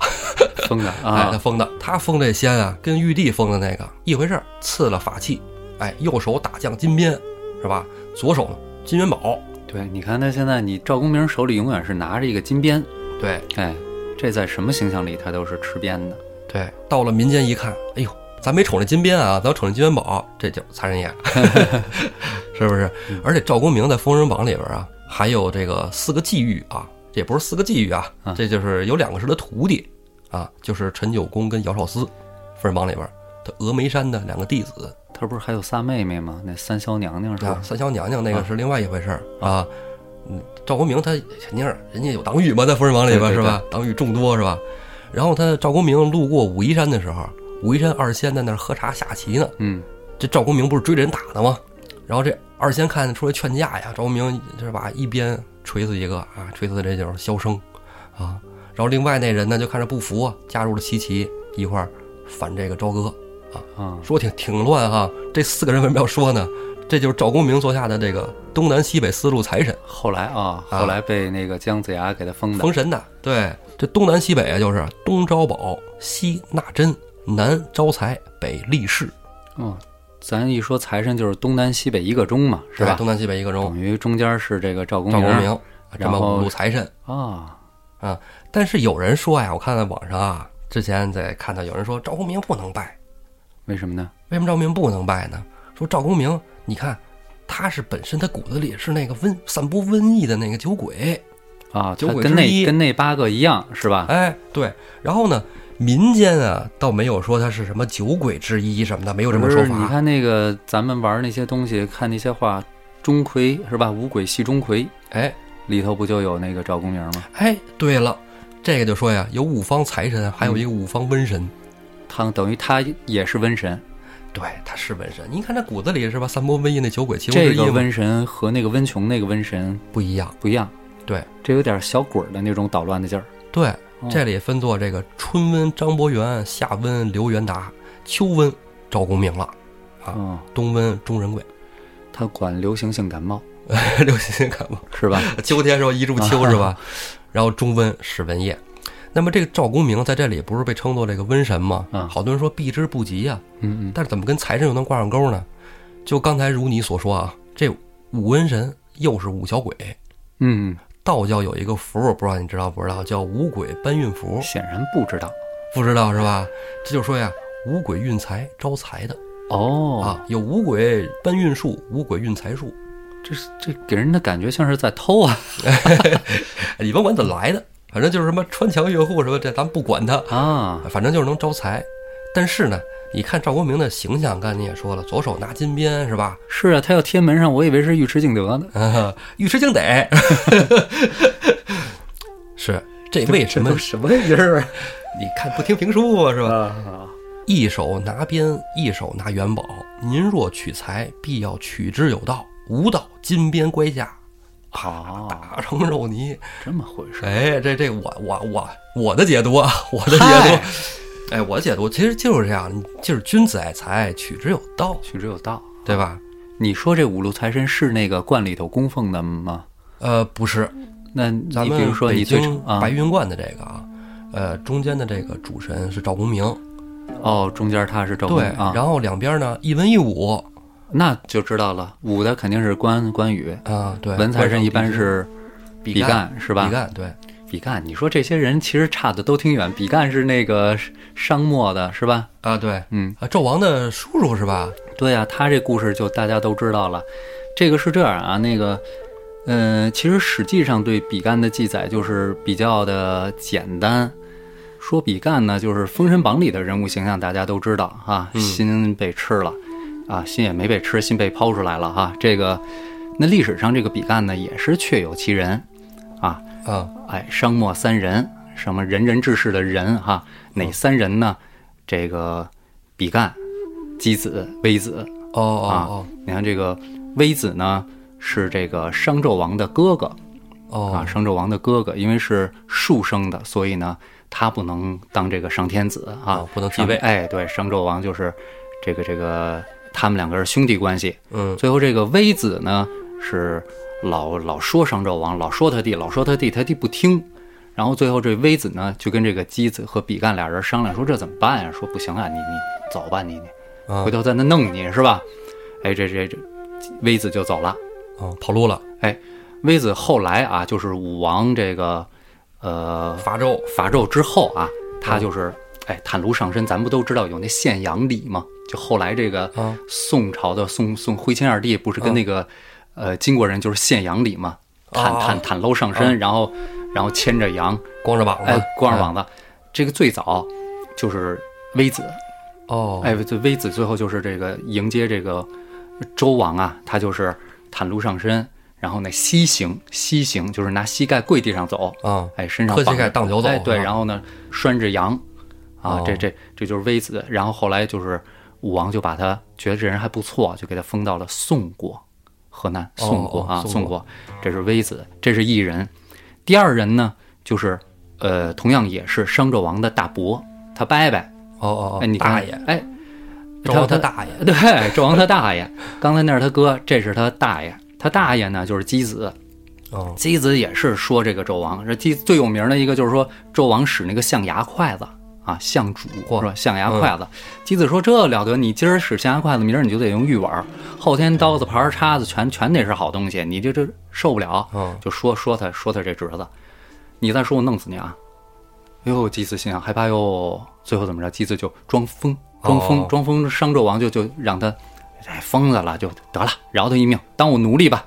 疯的哎，他啊，封的，他封这仙啊，跟玉帝封的那个一回事儿，赐了法器，哎，右手打将金鞭，是吧？左手呢金元宝，对，你看他现在，你赵公明手里永远是拿着一个金鞭，对哎，这在什么形象里他都是持鞭的。对。到了民间一看，哎呦，咱没瞅那金鞭啊，咱瞅那金元宝，这叫残人眼， [LAUGHS] 是不是？而且赵公明在《封神榜》里边啊，还有这个四个际遇啊，这也不是四个际遇啊，这就是有两个是他徒弟啊，就是陈九公跟姚少司，《封神榜》里边他峨眉山的两个弟子，他不是还有仨妹妹吗？那三霄娘娘是啊吧，？三霄娘娘那个是另外一回事儿啊。嗯，赵公明他肯定是人家有党羽嘛，在《封神榜》里边对对是吧？党羽众多是吧？然后他赵公明路过武夷山的时候，武夷山二仙在那儿喝茶下棋呢。嗯，这赵公明不是追着人打呢吗？然后这二仙看出来劝架呀，赵公明这把一鞭锤死一个啊，锤死这就是萧生啊。然后另外那人呢就看着不服啊，加入了西岐，一块儿反这个朝歌。啊，说挺挺乱哈、这四个人为什么要说呢？这就是赵公明座下的这个东南西北四路财神后来啊，啊后来被那个姜子牙给他封的。封神的。对，这东南西北啊，就是东招宝，西纳珍，南招财，北立世，哦，咱一说财神就是东南西北一个中嘛，是对吧？东南西北一个州，等于中间是这个赵公赵明公明啊这然后么五路财神。啊，但是有人说呀，我看在网上啊，之前在看到有人说赵公明不能拜，为什么呢？为什么赵公明不能拜呢？说赵公明，你看他是本身他骨子里是那个瘟散播瘟疫的那个酒鬼，啊，九他鬼跟之那一跟那八个一样是吧？哎，对，然后呢，民间啊倒没有说他是什么酒鬼之一什么的，没有这么不说是，你法。看那个咱们玩那些东西，看那些画，钟馗是吧？五鬼戏钟馗哎里头不就有那个赵公明吗？哎，对了，这个就说呀，有五方财神，还嗯有一个五方瘟神。他等于他也是瘟神，对，他是瘟神。你看这骨子里是吧？三波瘟疫那酒鬼其中这之一个嘛瘟神和那个温琼那个瘟神不一样。不一样，对这有点小鬼儿的那种捣乱的劲儿。对，哦这里分作这个春瘟张伯元，夏瘟刘元达，秋瘟赵公明了，啊嗯，冬瘟钟仁贵。 [LAUGHS] 他管流行性感冒流行感冒。[LAUGHS] 是吧？秋天是吧？一入秋是吧？然后中温史文业。那么这个赵公明在这里不是被称作这个瘟神吗？嗯好多人说避之不及呀、嗯嗯，但是怎么跟财神又能挂上钩呢？就刚才如你所说啊，这五瘟神又是五小鬼。嗯，道教有一个符，我不知道你知道不知道，叫五鬼搬运符，嗯显然不知道。不知道是吧？这就说呀，五鬼运财招财的哦，啊，有五鬼搬运术、五鬼运财术，这是这给人的感觉像是在偷啊 [LAUGHS] 你甭管怎么来的，反正就是什么穿墙越户什么，这咱不管它，啊！反正就是能招财。但是呢，你看赵国明的形象，刚才你也说了，左手拿金鞭是吧？ [LAUGHS] 是啊，他要贴门上，我以为是尉迟敬德呢。啊，尉迟敬德 [LAUGHS] 是这为 [LAUGHS] 什么这都？什么音儿 [LAUGHS] 你看不听评书啊，是吧？啊？一手拿鞭，一手拿元宝。您若取财，必要取之有道，无道金鞭乖下， [LAUGHS] 好，打成肉泥。这么回事儿。哎，这这我我我我的解读啊，我的解读，哎，我的解读其实就是这样，就是君子爱财，取之有道，取之有道。对吧？你说这五路财神是那个观里头供奉的吗？呃，不是，那你咱们比如说北你最京啊白云观的这个啊，呃，中间的这个主神是赵公明，哦，中间他是赵公对，啊，然后两边呢一文一武那就知道了。武的肯定是关关羽，啊，对，文财神一般是比比干干是吧比？干对，比干，你说这些人其实差的都挺远。比干是那个商末的是吧？啊对，嗯，啊纣王的叔叔是吧？对呀、他这故事就大家都知道了。这个是这样啊，那个，呃，其实《史记》上对比干的记载就是比较的简单。说比干呢，就是《封神榜》里的人物形象，大家都知道啊，心被吃了，啊，心也没被吃，心被剖出来了哈、这个，那历史上这个比干呢，也是确有其人，啊，啊，哎，商末三人，什么仁人志士的仁哈、哪三人呢？这个比干、箕子、微子，哦哦啊哦你看这个微子呢，是这个商纣王的哥哥啊，哦商纣王的哥哥，因为是庶生的，所以呢，他不能当这个上天子啊，哦不能继位商哎，对，商纣王就是这个这个，他们两个是兄弟关系。嗯最后这个微子呢，是老老说商纣王，老说他弟，老说他弟，他弟不听。然后最后这微子呢，就跟这个箕子和比干俩人商量说这怎么办呀？说不行啊，你你走吧，你你啊回头再那弄你是吧？哎，这这这，微子就走了。啊，跑路了，微子后来啊，就是武王这个呃伐纣伐纣之后啊，他就是哎袒露上身，咱不都知道有那献阳礼吗？就后来这个啊宋朝的宋宋徽钦二帝不是跟那个、呃金国人就是献羊礼嘛，啊袒啊袒袒露上身，然后然后牵着羊，光着膀哎子，，光着膀子。这个最早就是微子，哦，哎，这微子最后就是这个迎接这个周王啊，他就是袒露上身，然后呢膝行，膝行就是拿膝盖跪地上走，啊，哎，身上磕膝绑盖着荡脚走哎，对，是吧然后呢拴着羊，啊，哦这这这就是微子。然后后来就是武王就把他觉得这人还不错，就给他封到了宋国，河南哦宋国、哦啊，宋宋国国，这是微子，这是一人。第二人呢，就是呃，同样也是商纣王的大伯，他伯伯，哦哦哦，哎，你看大爷，，哎，纣王他他大爷，对，纣王他大爷，刚才那是他哥，这是他大爷，他大爷呢就是箕子，哦箕子也是说这个纣王，这箕最有名的一个就是说纣王使那个象牙筷子啊，象主嚯是吧？象牙筷嗯子，箕、子说这了得，你今儿使象牙筷子，明儿你就得用玉碗儿，后天刀子、盘儿、叉子全全得是好东西，你这这受不了，嗯就说说他说他这侄子，你再说我弄死你啊！哎呦，箕子心想害怕哟，最后怎么着？箕子就装疯，装疯，哦装疯，商纣王就就让他，哎，疯子了就得了，饶他一命，当我奴隶吧，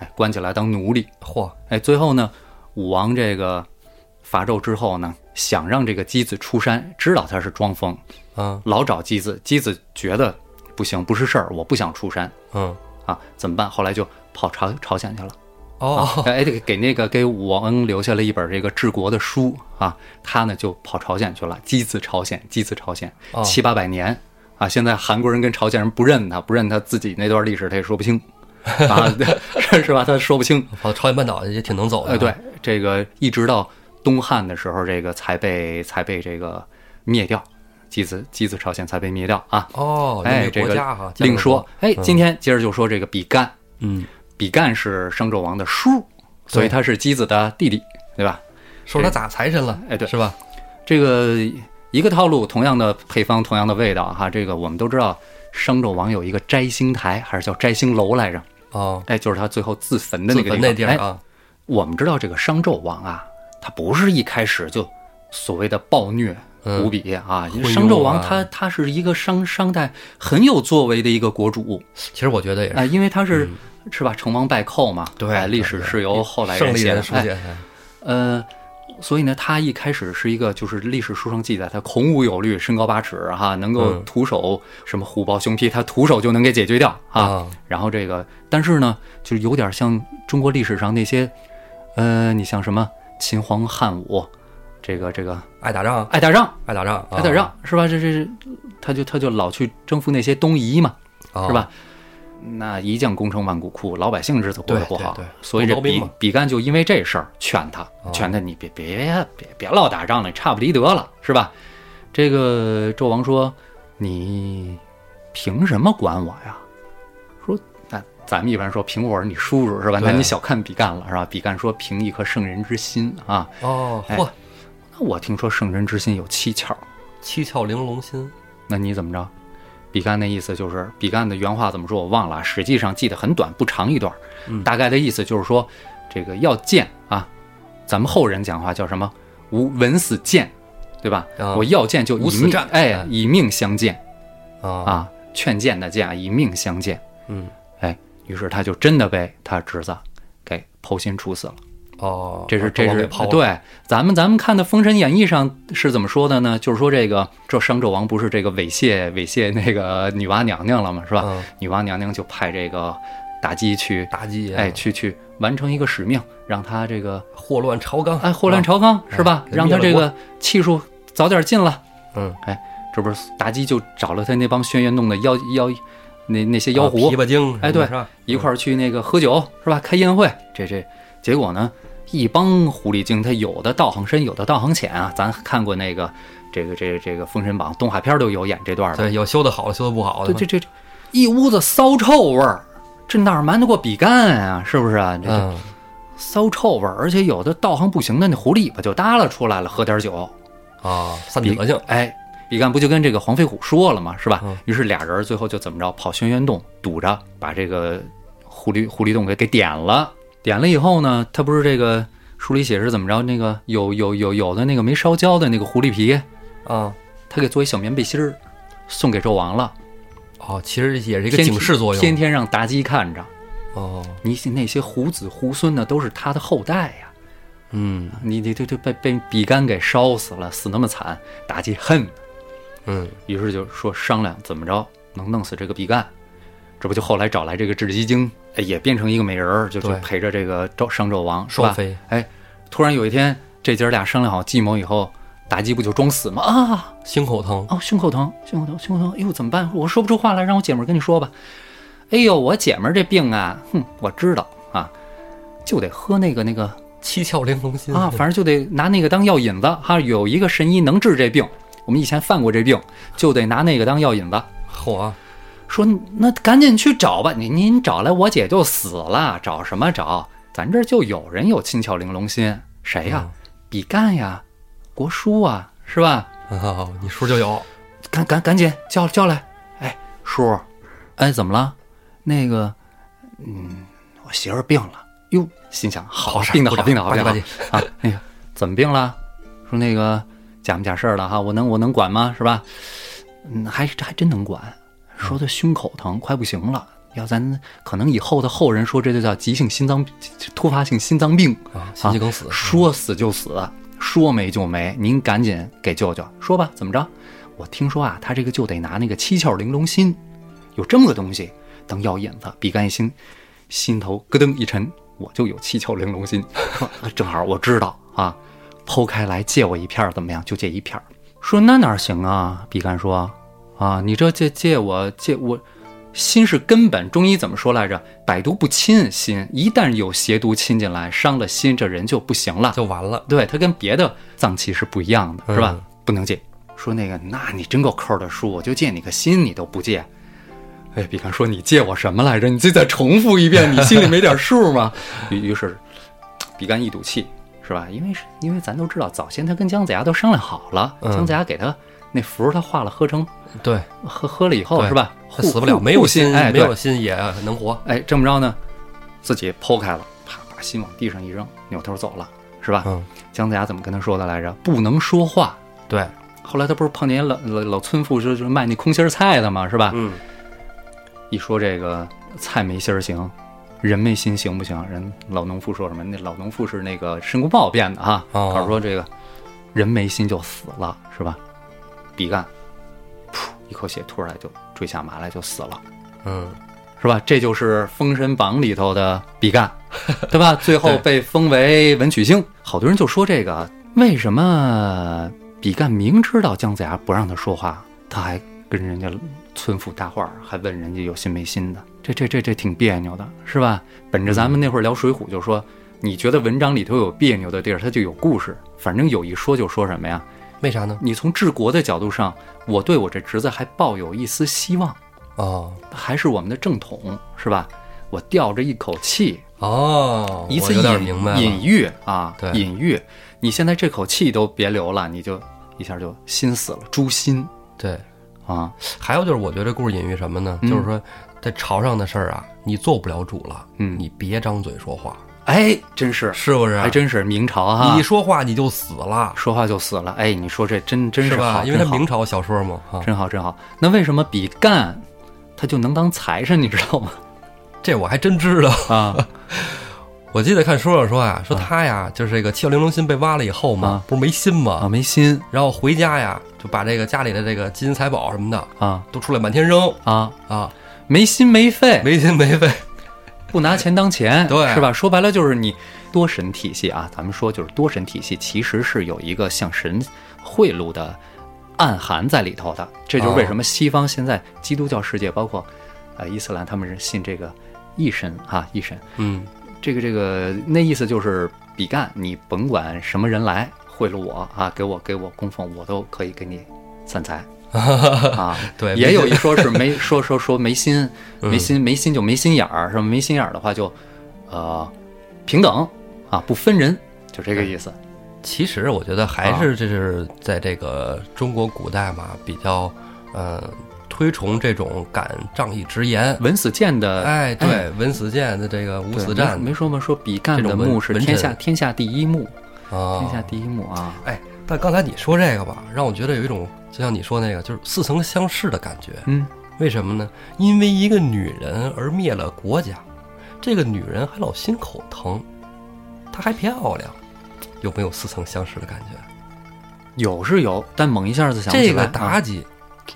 哎，关起来当奴隶。嚯，哎，最后呢，武王这个伐纣之后呢，想让这个箕子出山，知道他是装疯，嗯老找箕子，箕子觉得不行，不是事儿，我不想出山嗯，啊，怎么办？后来就跑朝朝鲜去了。哦，哎，这个给那个给武王留下了一本这个治国的书啊，他呢就跑朝鲜去了，箕子朝鲜，箕子朝鲜哦七八百年啊，现在韩国人跟朝鲜人不认他，不认他自己那段历史，他也说不清啊， [LAUGHS] 是是吧？他说不清。跑朝鲜半岛也挺能走的，呃，对，，这个一直到东汉的时候，这个才被才被这个灭掉，箕子箕子朝鲜才被灭掉啊。哦，有哎，一这个国个家哈，另说，哎，嗯今天接着就说这个比干。嗯，比干是商纣王的叔，所以他是箕子的弟弟，对吧？说他咋财神了，哎对是吧？这个一个套路，同样的配方，同样的味道哈。这个我们都知道，商纣王有一个摘星台，还是叫摘星楼来着？哦，哎，就是他最后自焚的自那个焚地方。那地儿哎，啊，我们知道这个商纣王啊，他不是一开始就所谓的暴虐。嗯无比啊！昏庸啊商纣王他他是一个商商代很有作为的一个国主其实我觉得也啊、是，因为他是、是吧成王败寇嘛，嗯对哎历对史对是由后来胜人利写的人，书哎写，呃，所以呢，他一开始是一个，就是历史书上记载他孔武有虑，身高八尺哈，能够嗯徒手什么虎豹熊皮，他徒手就能给解决掉啊。啊，然后这个，但是呢，就是有点像中国历史上那些，呃，你像什么秦皇汉武，这个这个爱打仗，爱打仗，爱打仗，啊爱打仗、是吧？这这这，他就他就老去征服那些东夷嘛，啊是？吧？那一将功成万骨枯，老百姓日子过得对不好，对对所以这不招兵比嘛哦比干就因为这事儿劝他，劝他你别别别别老打仗了，差不离得了，是吧？这个纣王说：“你凭什么管我呀？”说：“那咱们一般说凭我是你叔叔是吧？对那你小看比干了是吧？”比干说：“凭一颗圣人之心啊！哦，嚯，那我听说圣人之心有七窍，七窍玲珑心，那你怎么着？比干那意思就是，比干的原话怎么说我忘了啊，实际上记得很短，不长一段儿，嗯大概的意思就是说，这个要剑啊，咱们后人讲话叫什么？无文死剑，对吧？啊我要剑就无以死命战，哎哎，以命相见啊啊，劝谏的谏，以命相见。嗯，哎，于是他就真的被他侄子给剖心处死了。哦，这是把纣这王是给抛了，对，咱们咱们看的《封神演义》上是怎么说的呢？就是说这个这商纣王不是这个猥亵猥亵那个女娲娘娘了吗？是吧？嗯女娲娘娘就派这个妲己去，妲己，哎，，去去完成一个使命，让她这个祸乱朝纲，哎祸乱朝纲、是吧？啊哎让她灭这了个气数早点尽了。嗯，这不是妲己就找了她那帮轩辕洞的妖妖那那些妖啊狐琵琶精，哎对是吧？一块儿去那个喝酒是吧？开宴会，这这结果呢，一帮狐狸精，它有的道行深，有的道行浅啊。咱看过那个这个这个这个《封神榜》动画片儿都有演这段儿的，对，有修的好的，修的不好的，对这这这一屋子骚臭味儿，这哪儿瞒得过比干啊？是不是啊？这这嗯，骚臭味儿，而且有的道行不行的那狐狸尾巴就耷拉出来了，喝点儿酒，啊，散德性，哎，毕赣不就跟这个黄飞虎说了嘛，是吧嗯？于是俩人最后就怎么着，跑轩辕洞堵着，把这个狐狸狐狸洞给给点了。点了以后呢，他不是这个书里写是怎么着？那个有有有有的那个没烧焦的那个狐狸皮，啊，他给做一小棉背心儿，送给纣王了。哦，其实也是一个天警示作用。天天让妲己看着。哦，你那些胡子胡孙呢，都是他的后代呀、嗯你你这这被被比干给烧死了，死那么惨，妲己恨，嗯，于是就说商量怎么着能弄死这个比干。这不就后来找来这个雉鸡精，哎，也变成一个美人儿，就就对陪着这个周商纣王是吧双飞，哎，突然有一天，这姐儿俩商量好计谋以后，妲己不就装死吗？啊，心口疼。哦，胸口疼，胸口疼，胸口疼，哎呦，怎么办？我说不出话来，让我姐们儿跟你说吧。哎呦，我姐们儿这病啊，哼，我知道啊，就得喝那个那个七窍玲珑心啊，反正就得拿那个当药引子哈。有一个神医能治这病，我们以前犯过这病，就得拿那个当药引子。嚯，啊说那赶紧去找吧，您您找来我姐就死了，找什么找？咱这儿就有人有七窍玲珑心，谁嗯哎呀、比干呀，国书啊，是吧？啊， [LAUGHS] 你叔就有，赶赶赶紧叫叫来！哎，叔，哎，怎么了？那个，嗯，我媳妇儿病了。哟，心想好，事儿病的鼓好，掌病的好，吧唧病吧的好啊！那个怎么病了？说那个假模假式儿的哈，我能我能管吗？是吧？嗯，还这还真能管。嗯说他胸口疼，快不行了。要咱可能以后的后人说，这就叫急性心脏突发性心脏病。啊，心肌梗死，说死就死，说没就没，您赶紧给救救。说吧，怎么着？我听说啊，他这个就得拿那个七窍玲珑心，有这么个东西当药引子。比干一心，心头咯噔一沉，我就有七窍玲珑心， [LAUGHS] 说正好我知道啊，剖开来借我一片儿怎么样？就借一片儿。说那哪行啊？比干说啊，你这借借我借我。心是根本，中医怎么说来着？百毒不侵心，一旦有邪毒侵进来，伤了心，这人就不行了。 [LAUGHS] 就完了。对，它跟别的脏器是不一样的，是吧？嗯不能借。说那个，那你真够抠的，叔，我就借你个心，你都不借。哎，比方说你借我什么来着？你自己再重复一遍，你心里没点数吗？ [LAUGHS] 于于是，比干一赌气，是吧？因为是因为咱都知道，早先他跟姜子牙都商量好了，嗯姜子牙给他那符他化了，喝成对，喝喝了以后对是吧？他护死不了，护没有护心，哎，没对有心也能活。哎，这么着呢，自己剖开了，啪，把心往地上一扔，扭头走了，是吧？嗯，姜子牙怎么跟他说的来着？不能说话。对，后来他不是碰见老老老村妇，就是卖那空心儿菜的嘛，是吧？嗯，一说这个菜没心儿行，人没心行不行？人老农妇说什么？那老农妇是那个申公豹变的哈，哦告诉说这个人没心就死了，是吧？比干，噗，一口血吐出来就坠下马来就死了。嗯，是吧？这就是《封神榜》里头的比干，对吧？最后被封为文曲星。好多人就说这个，为什么比干明知道姜子牙不让他说话，他还跟人家村妇搭话儿，还问人家有心没心的？这这这这挺别扭的，是吧？本着咱们那会儿聊《水浒》就说，你觉得文章里头有别扭的地儿，它就有故事。反正有一说就说什么呀？为啥呢？你从治国的角度上，我对我这侄子还抱有一丝希望。哦还是我们的正统，是吧？我吊着一口气，哦，一次我有点隐明白隐了。喻啊，对隐喻。你现在这口气都别留了，你就一下就心死了，诛心对，啊！还有就是，我觉得这故事隐喻什么呢？就是说，在朝上的事儿啊，你做不了主了，嗯你别张嘴说话，哎，真是，是不是？啊还真啊是明朝哈、你一说话你就死了，说话就死了。哎，你说这真真是好，吧？因为他真好明朝小说嘛，啊，真好真好。那为什么比干他就能当财神，你知道吗？这我还真知道。 [LAUGHS] 啊，我记得看书上说呀，嗯说他呀，就是这个七窍玲珑心被挖了以后嘛啊，不是没心啊嘛，没心然后回家呀，就把这个家里的这个金银财宝什么的啊都出来满天扔啊，啊，没心没肺，没心没肺。不拿钱当钱，对是吧？说白了就是你多神体系啊，咱们说就是多神体系，其实是有一个向神贿赂的暗含在里头的。这就是为什么西方现在基督教世界，包括呃伊斯兰，他们是信这个一神啊，一神。嗯，这个这个那意思就是比干，你甭管什么人来贿赂我啊，给我给我供奉，我都可以给你散财。啊，对也哎没有心嗯一说 [LAUGHS] 是没说说说没心，没心没心就没心眼儿，什么哎没心眼儿的话就，呃，平等啊，不分人，就这个意思。其实我觉得还是这是在这个中国古代嘛，比较呃推崇这种敢仗义直言。文死谏的哎，对哎，文死谏的这个无对死战没没说嘛，说比干这的种文墓是文天下臣天下第一墓，啊，天下第一墓啊，哎，但刚才你说这个吧，让我觉得有一种就像你说那个，就是似曾相识的感觉。嗯，为什么呢？因为一个女人而灭了国家，这个女人还老心口疼，她还漂亮，有没有似曾相识的感觉？有是有，但猛一下子想不起这来个啊。妲己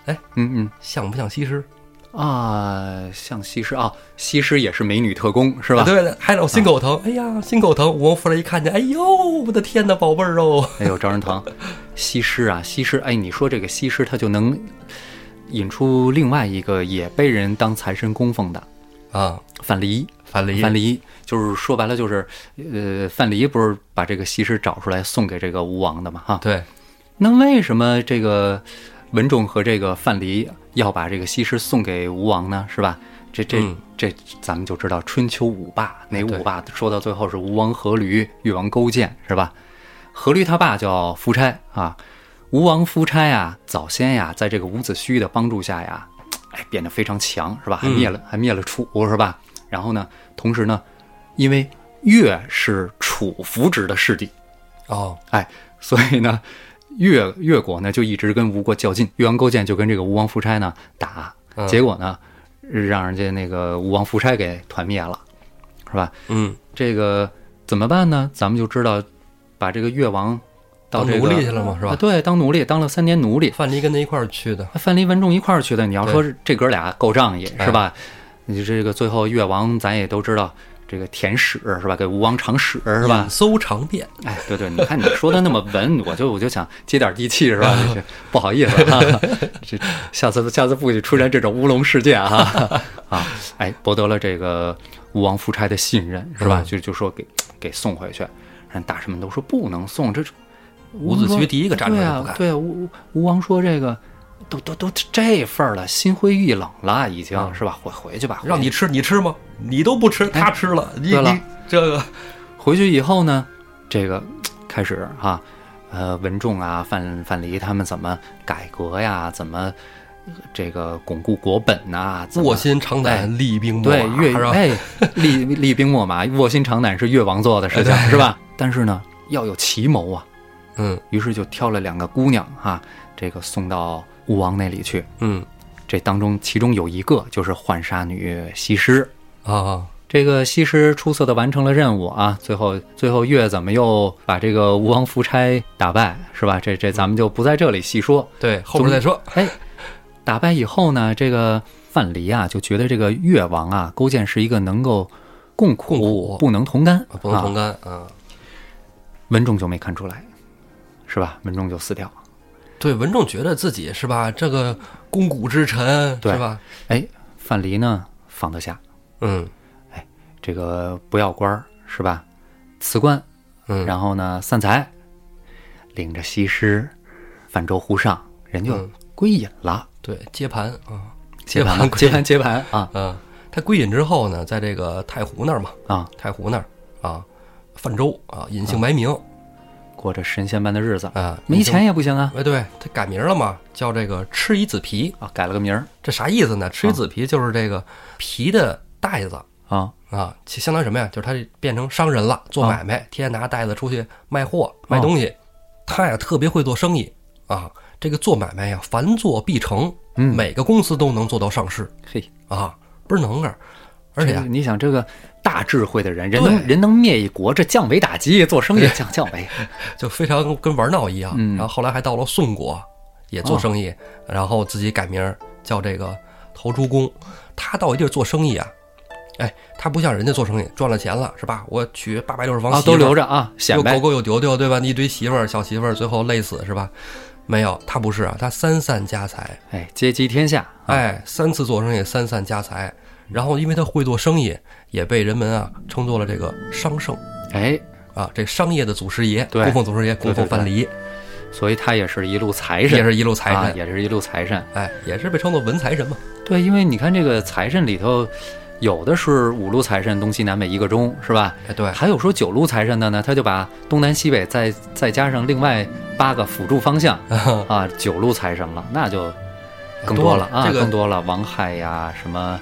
哎嗯像不像西施？嗯啊，像西施啊，西施也是美女特工是吧？啊对的，还老心口疼。哎呀，心口疼！武王夫人一看见，哎呦，我的天呐，宝贝儿哦！哎呦，招人疼。西施啊，西施，哎，你说这个西施，她就能引出另外一个也被人当财神供奉的啊，范蠡。樊梨，范蠡就是说白了就是，呃，范蠡不是把这个西施找出来送给这个吴王的嘛？哈，对，那为什么这个文仲和这个范蠡要把这个西施送给吴王呢？是吧？这这、嗯这，咱们就知道春秋五霸哪对五霸说到最后是吴王阖闾、越王勾践，是吧？阖闾他爸叫夫差啊，吴王夫差啊，早先呀，在这个伍子胥的帮助下呀，哎，变得非常强，是吧？还嗯灭了、还灭了楚，是吧？然后呢，同时呢，因为越是楚扶植的势力，哦，哎，所以呢，越越国呢就一直跟吴国较劲，越王勾践就跟这个吴王夫差呢打，嗯结果呢，让人家那个吴王夫差给团灭了，是吧？嗯，这个怎么办呢？咱们就知道，把这个越王到当这个奴隶去了嘛，是啊吧？对，当奴隶当了三年奴隶，范蠡跟他一块儿去的，范蠡文仲一块儿去的。你要说这哥俩够仗义哎是吧？你这个最后越王咱也都知道。这个舔屎是吧？给吴王尝屎是吧引？搜长遍，哎，对对，你看你说的那么文， [LAUGHS] 我就我就想接点地气是吧？这不好意思 [LAUGHS] 啊，这下次下次不许出现这种乌龙事件啊啊！哎，博得了这个吴王夫差的信任是吧？嗯就就说给给送回去，人大臣们都说不能送，这伍子胥第一个站出对来不啊干，对啊，吴吴吴王说这个都都都这份儿了，心灰意冷了已经、嗯是吧？回回去吧，回让去你吃你吃吗？你都不吃，他吃了，你哎对了你这个回去以后呢，这个开始哈、呃，文仲啊、范范蠡他们怎么改革呀？怎么呃这个巩固国本呐、怎么哎卧薪尝胆，厉兵秣对马越是吧？哎，厉厉兵 [LAUGHS] 秣马、卧薪尝胆是越王做的事情是吧？但是呢，要有奇谋啊，嗯于是就挑了两个姑娘哈、这个送到吴王那里去。嗯这当中，其中有一个就是浣纱女西施。啊，这个西施出色的完成了任务啊，最后最后月怎么又把这个吴王夫差打败是吧？这这咱们就不在这里细说。对，后边再说。哎，打败以后呢，这个范蠡啊就觉得这个越王啊勾践是一个能够共苦共苦不能同甘啊，不能同啊，甘啊！文仲就没看出来，是吧？文仲就死掉了。对，文仲觉得自己是吧，这个肱骨之臣对是吧？哎，范蠡呢放得下嗯这个不要官儿是吧？辞官嗯，然后呢散财，领着西施泛舟湖上，人就嗯归隐了，对，接盘啊，接盘盘归接隐盘接盘啊啊，他归隐之后呢，在这个太湖那儿嘛，啊，太湖那儿啊，泛舟啊，隐姓埋名过着神仙般的日子，啊，没钱也不行啊哎，对他改名了嘛，叫这个吃一子皮，啊，改了个名儿这啥意思呢？吃一子皮就是这个皮的袋子啊啊，其相当于什么呀？就是他变成商人了，做啊买卖，天天拿袋子出去卖货、卖东西。他呀特别会做生意啊，这个做买卖呀，凡做必成，嗯每个公司都能做到上市嘿，啊，倍儿能啊！而且这啊个你想这个大智慧的人，人对能人能灭一国，这降维打击做生意降降 [LAUGHS] 维，就非常跟玩闹一样。嗯啊然后后来还到了宋国，也做生意，然后自己改名儿叫这个陶朱公。他到一地儿做生意啊，哎，他不像人家做生意赚了钱了是吧？我娶八百六十房啊媳妇都儿留着啊，显又摆狗狗又丢丢，对吧？一堆媳妇儿、小媳妇儿，最后累死是吧？没有，他不是啊，他三散家财，哎，阶级天下，哎，三次做生意，三散家财。然后，因为他会做生意，也被人们啊称作了这个商圣哎，啊，这商业的祖师爷，对供奉祖师爷，供奉范蠡，所以他也是一路财也神，是一路财啊，神，也是一路财神。哎，也是被称作文财神嘛。对，因为你看这个财神里头，有的是五路财神，东西南北一个钟，是吧？哎，对，还有说九路财神的呢，他就把东南西北再再加上另外八个辅助方向啊，九路财神了，那就更多了啊，这个更多了，王亥呀，什么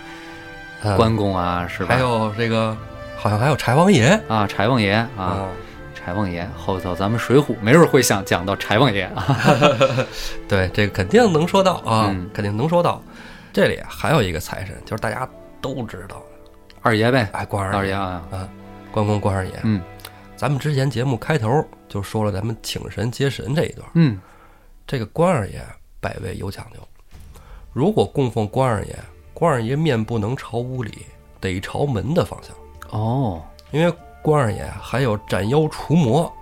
嗯关公啊，是 [LAUGHS] 吧还？有这个好像还有柴王爷啊，柴王爷啊，嗯柴王爷，后头咱们《水浒》没准会想讲到柴王爷啊， [LAUGHS] 对，这个肯定能说到啊，嗯肯定能说到。这里还有一个财神，就是大家都知道，二爷呗，哎，关二二爷爷，啊，关公关二爷。嗯咱们之前节目开头就说了，咱们请神接神这一段，嗯，这个关二爷百味有讲究。如果供奉关二爷，关二爷面不能朝屋里，得朝门的方向，哦，因为关二爷还有斩妖除魔。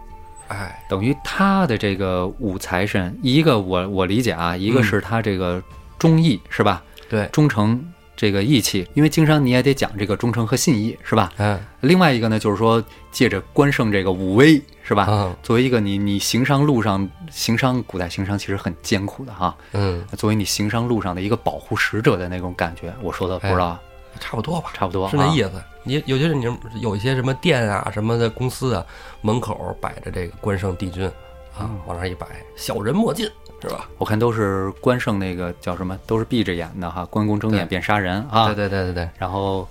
哎，等于他的这个五财神，一个我我理解啊，一个嗯是他这个忠义是吧？对，忠诚这个义气，因为经商你也得讲这个忠诚和信义是吧？哎，另外一个呢，就是说借着关胜这个武威是吧？嗯作为一个你你行商路上行商，古代行商其实很艰苦的哈。嗯，作为你行商路上的一个保护使者的那种感觉，我说的不知道，差不多吧。啊差不多哎啊是那意思。思。你尤其是你们有一些什么店啊、什么的公司啊，门口摆着这个关圣帝君啊，往那儿一摆，小人莫近，是吧？我看都是关胜那个叫什么，都是闭着眼的哈，关公睁眼对便杀人啊。对对对对然后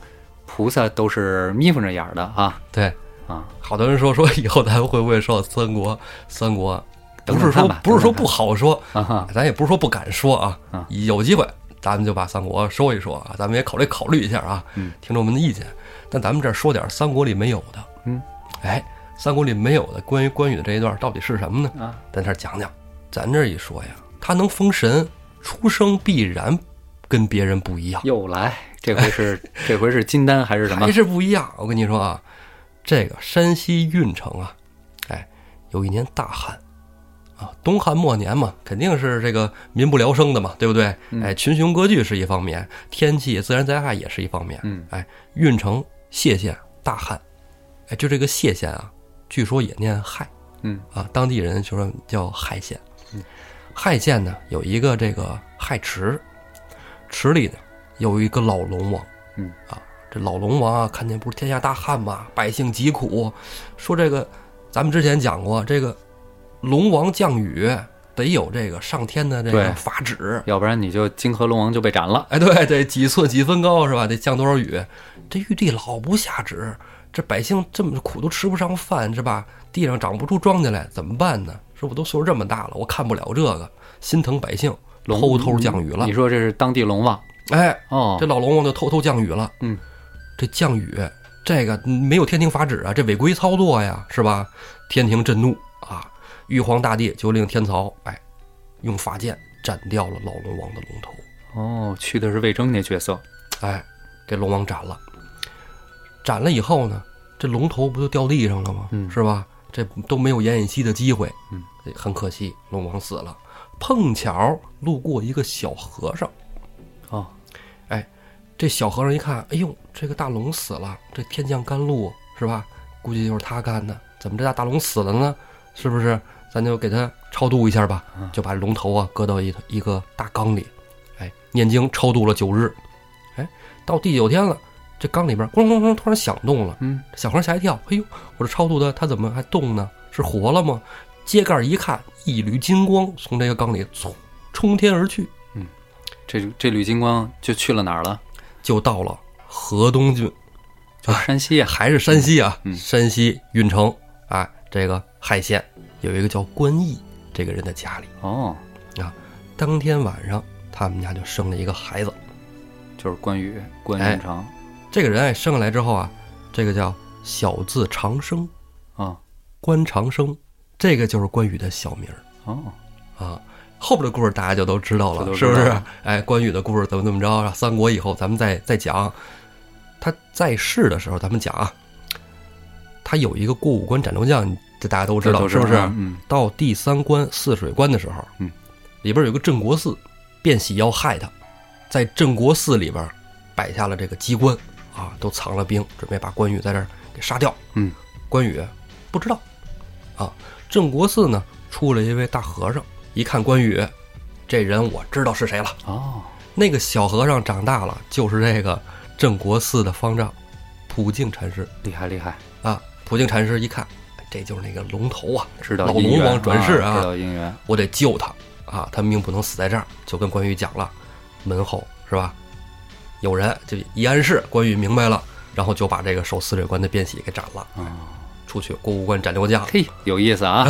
菩萨都是眯缝着眼儿的啊对对，啊，好多人说说以后咱们会不会说三国？三国不等是等说看吧不是说等等看不好说，啊哈，咱也不是说不敢说啊嗯，有机会咱们就把三国说一说啊，咱们也考虑考虑一下啊嗯，听众们的意见。但咱们这儿说点儿三国里没有的，嗯，哎，三国里没有的关于关羽的这一段到底是什么呢？啊，咱这儿讲讲，咱这儿一说呀，他能封神，出生必然跟别人不一样，又来，这回 [LAUGHS] 是这回是金丹还是什么还？是不一样。我跟你说啊，这个山西运城啊，哎，有一年大旱啊，东汉末年嘛，肯定是这个民不聊生的嘛，对不对？嗯哎，群雄割据是一方面，天气自然灾害也是一方面。嗯，哎，运城谢县大旱，哎，就这个谢县啊，据说也念亥。嗯啊，当地人就说叫亥县嗯。亥县呢有一个这个亥池，池里呢有一个老龙王。嗯啊，这老龙王啊，看见不是天下大旱嘛，百姓疾苦，说这个咱们之前讲过，这个龙王降雨得有这个上天的这对个法旨。要不然你就泾河龙王就被斩了。哎，对，得几寸几分高是吧？得降多少雨？这玉帝老不下旨，这百姓这么苦都吃不上饭是吧？地上长不出庄稼来，怎么办呢？说我都岁数这么大了，我看不了这个，心疼百姓，龙偷偷降雨了你。说这是当地龙王哎，哦这？老龙王就偷偷降雨了。嗯，这降雨，这个没有天庭法旨啊，这违规操作呀，是吧？天庭震怒啊，玉皇大帝就令天曹哎，用法剑斩掉了老龙王的龙头。哦，去的是魏征那角色。哎，给龙王斩了。斩了以后呢，这龙头不就掉地上了吗？嗯是吧？这都没有奄奄一息的机会。嗯，很可惜，龙王死了。碰巧路过一个小和尚，哎哦，这小和尚一看，哎呦，这个大龙死了，这天降甘露是吧？估计就是他干的。怎么这大大龙死了呢？是不是？咱就给他超度一下吧，嗯就把龙头啊搁到一一个大缸里，哎，念经超度了九日，哎，到第九天了，这缸里边咣咣咣突然响动了，嗯，小和尚吓一跳，哎呦，我这超度的他怎么还动呢？是活了吗？揭盖一看，一缕金光从这个缸里冲冲天而去，这这吕金光就去了哪儿了？就到了河东郡。就哎山西呀。还是山西啊，嗯山西运城啊，这个海县有一个叫关毅这个人的家里，哦，当天晚上他们家就生了一个孩子。就是关羽关哎云长这个人哎生下来之后啊，这个叫小字长生，啊。关长生，这个就是关羽的小名儿哦，啊。后边的故事大家就都知道这了，都是知道不是了？哎，关羽的故事怎么怎么着啊？三国以后咱们再再讲。他在世的时候咱们讲啊，他有一个过五关斩六将，这大家都知道这都是不是？嗯，到第三关汜水关的时候，嗯，里边有个镇国寺，卞喜要害他，在镇国寺里边摆下了这个机关啊，都藏了兵，准备把关羽在这儿给杀掉。嗯，关羽不知道啊，镇国寺呢出了一位大和尚，一看关羽，这人我知道是谁了。哦，那个小和尚长大了，就是这个镇国寺的方丈普净禅师厉害厉害，啊。普净禅师一看，哎这就是那个龙头啊，知道老姻龙缘王转世啊，啊知道姻缘，我得救他啊，他命不能死在这儿。就跟关羽讲了，门后是吧？有人就一暗示，关羽明白了，然后就把这个守死水关的卞喜给斩了，哦出去过五关斩六将嘿，有意 [LAUGHS] 思啊，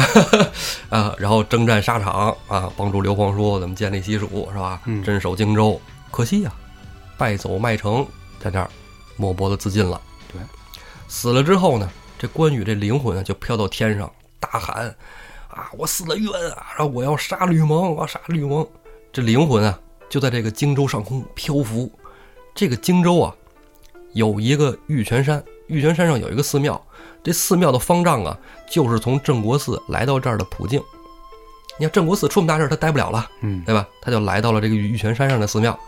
啊，然后征战沙场啊，帮助刘皇叔怎么建立西蜀是吧嗯？镇守荆州，可惜呀、败走麦城，在这儿默默的自尽了。对，死了之后呢，这关羽这灵魂啊就飘到天上，大喊啊，我死了冤啊！然后我要杀吕蒙，我要杀吕蒙。这灵魂啊就在这个荆州上空漂浮。这个荆州啊有一个玉泉山，玉泉山上有一个寺庙，这寺庙的方丈啊就是从镇国寺来到这儿的普净。你看镇国寺出这么大事儿，他待不了了，嗯，对吧？他就来到了这个玉泉山上的寺庙。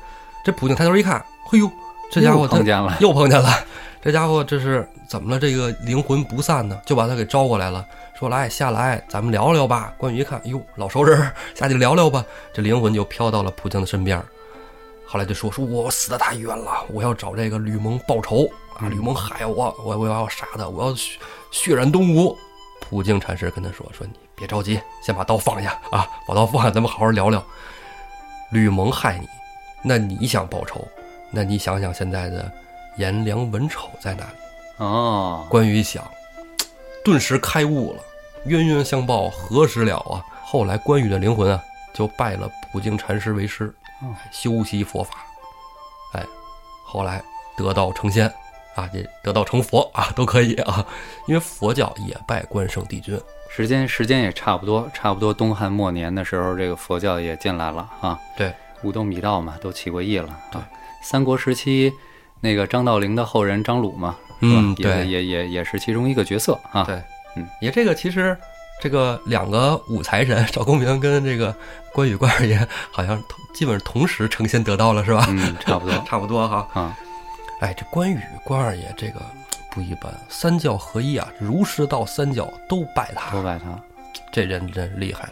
这普净抬头一看，嘿呦，这家伙又他碰见了，又碰见了，这家伙这是怎么了？这个灵魂不散呢，就把他给招过来了，说来下来，咱们聊聊吧。关羽一看，哟，老熟人儿，下去聊聊吧。这灵魂就飘到了普京的身边儿。后来就说说我死的太冤了，我要找这个吕蒙报仇啊！吕蒙害我，我我要杀他，我要血血染东吴。普京禅师跟他说说你别着急，先把刀放下啊，把刀放下，咱们好好聊聊。吕蒙害你，那你想报仇，那你想想现在的颜良、文丑在哪里？哦，关羽一想，顿时开悟了，冤冤相报何时了啊！后来关羽的灵魂啊，就拜了普净禅师为师哦，修习佛法，哎，后来得道成仙啊，也得道成佛啊，都可以啊，因为佛教也拜关圣帝君。时间时间也差不多，差不多东汉末年的时候，这个佛教也进来了啊。对，五斗米道嘛，都起过义了。啊，三国时期那个张道陵的后人张鲁嘛，是吧嗯也对也也也是其中一个角色啊。对，嗯，也这个其实这个两个武财神赵公明跟这个关羽关二爷好像同基本上同时成仙得道了，是吧？嗯，差不多 [LAUGHS] 差不多哈。啊。哎，这关羽关二爷这个不一般，三教合一啊，儒释道三教都拜他，多拜他，这人真厉害了。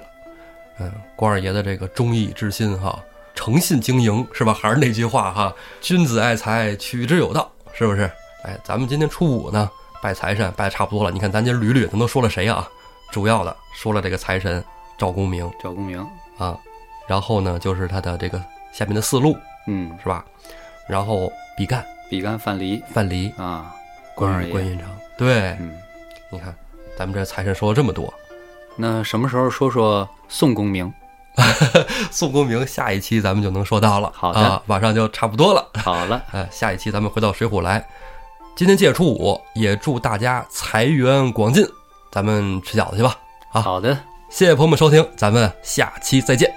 嗯，关二爷的这个忠义之心哈，诚信经营是吧？还是那句话哈，君子爱财，取之有道，是不是？哎，咱们今天初五呢，拜财神拜得差不多了。你看咱今儿捋捋，咱都说了谁啊？主要的说了这个财神赵公明赵公明，啊，然后呢就是他的这个下面的四路嗯，是吧？然后比干、比干范蠡范蠡、啊，关关二于关爷，云长。对，嗯。你看咱们这财神说了这么多，那什么时候说说宋公明？宋公明下一期咱们就能说到了。好的啊，马上就差不多了。好了，哎，下一期咱们回到《水浒》来。今天借初五，也祝大家财源广进。咱们吃饺子去吧。好好的，谢谢朋友们收听，咱们下期再见。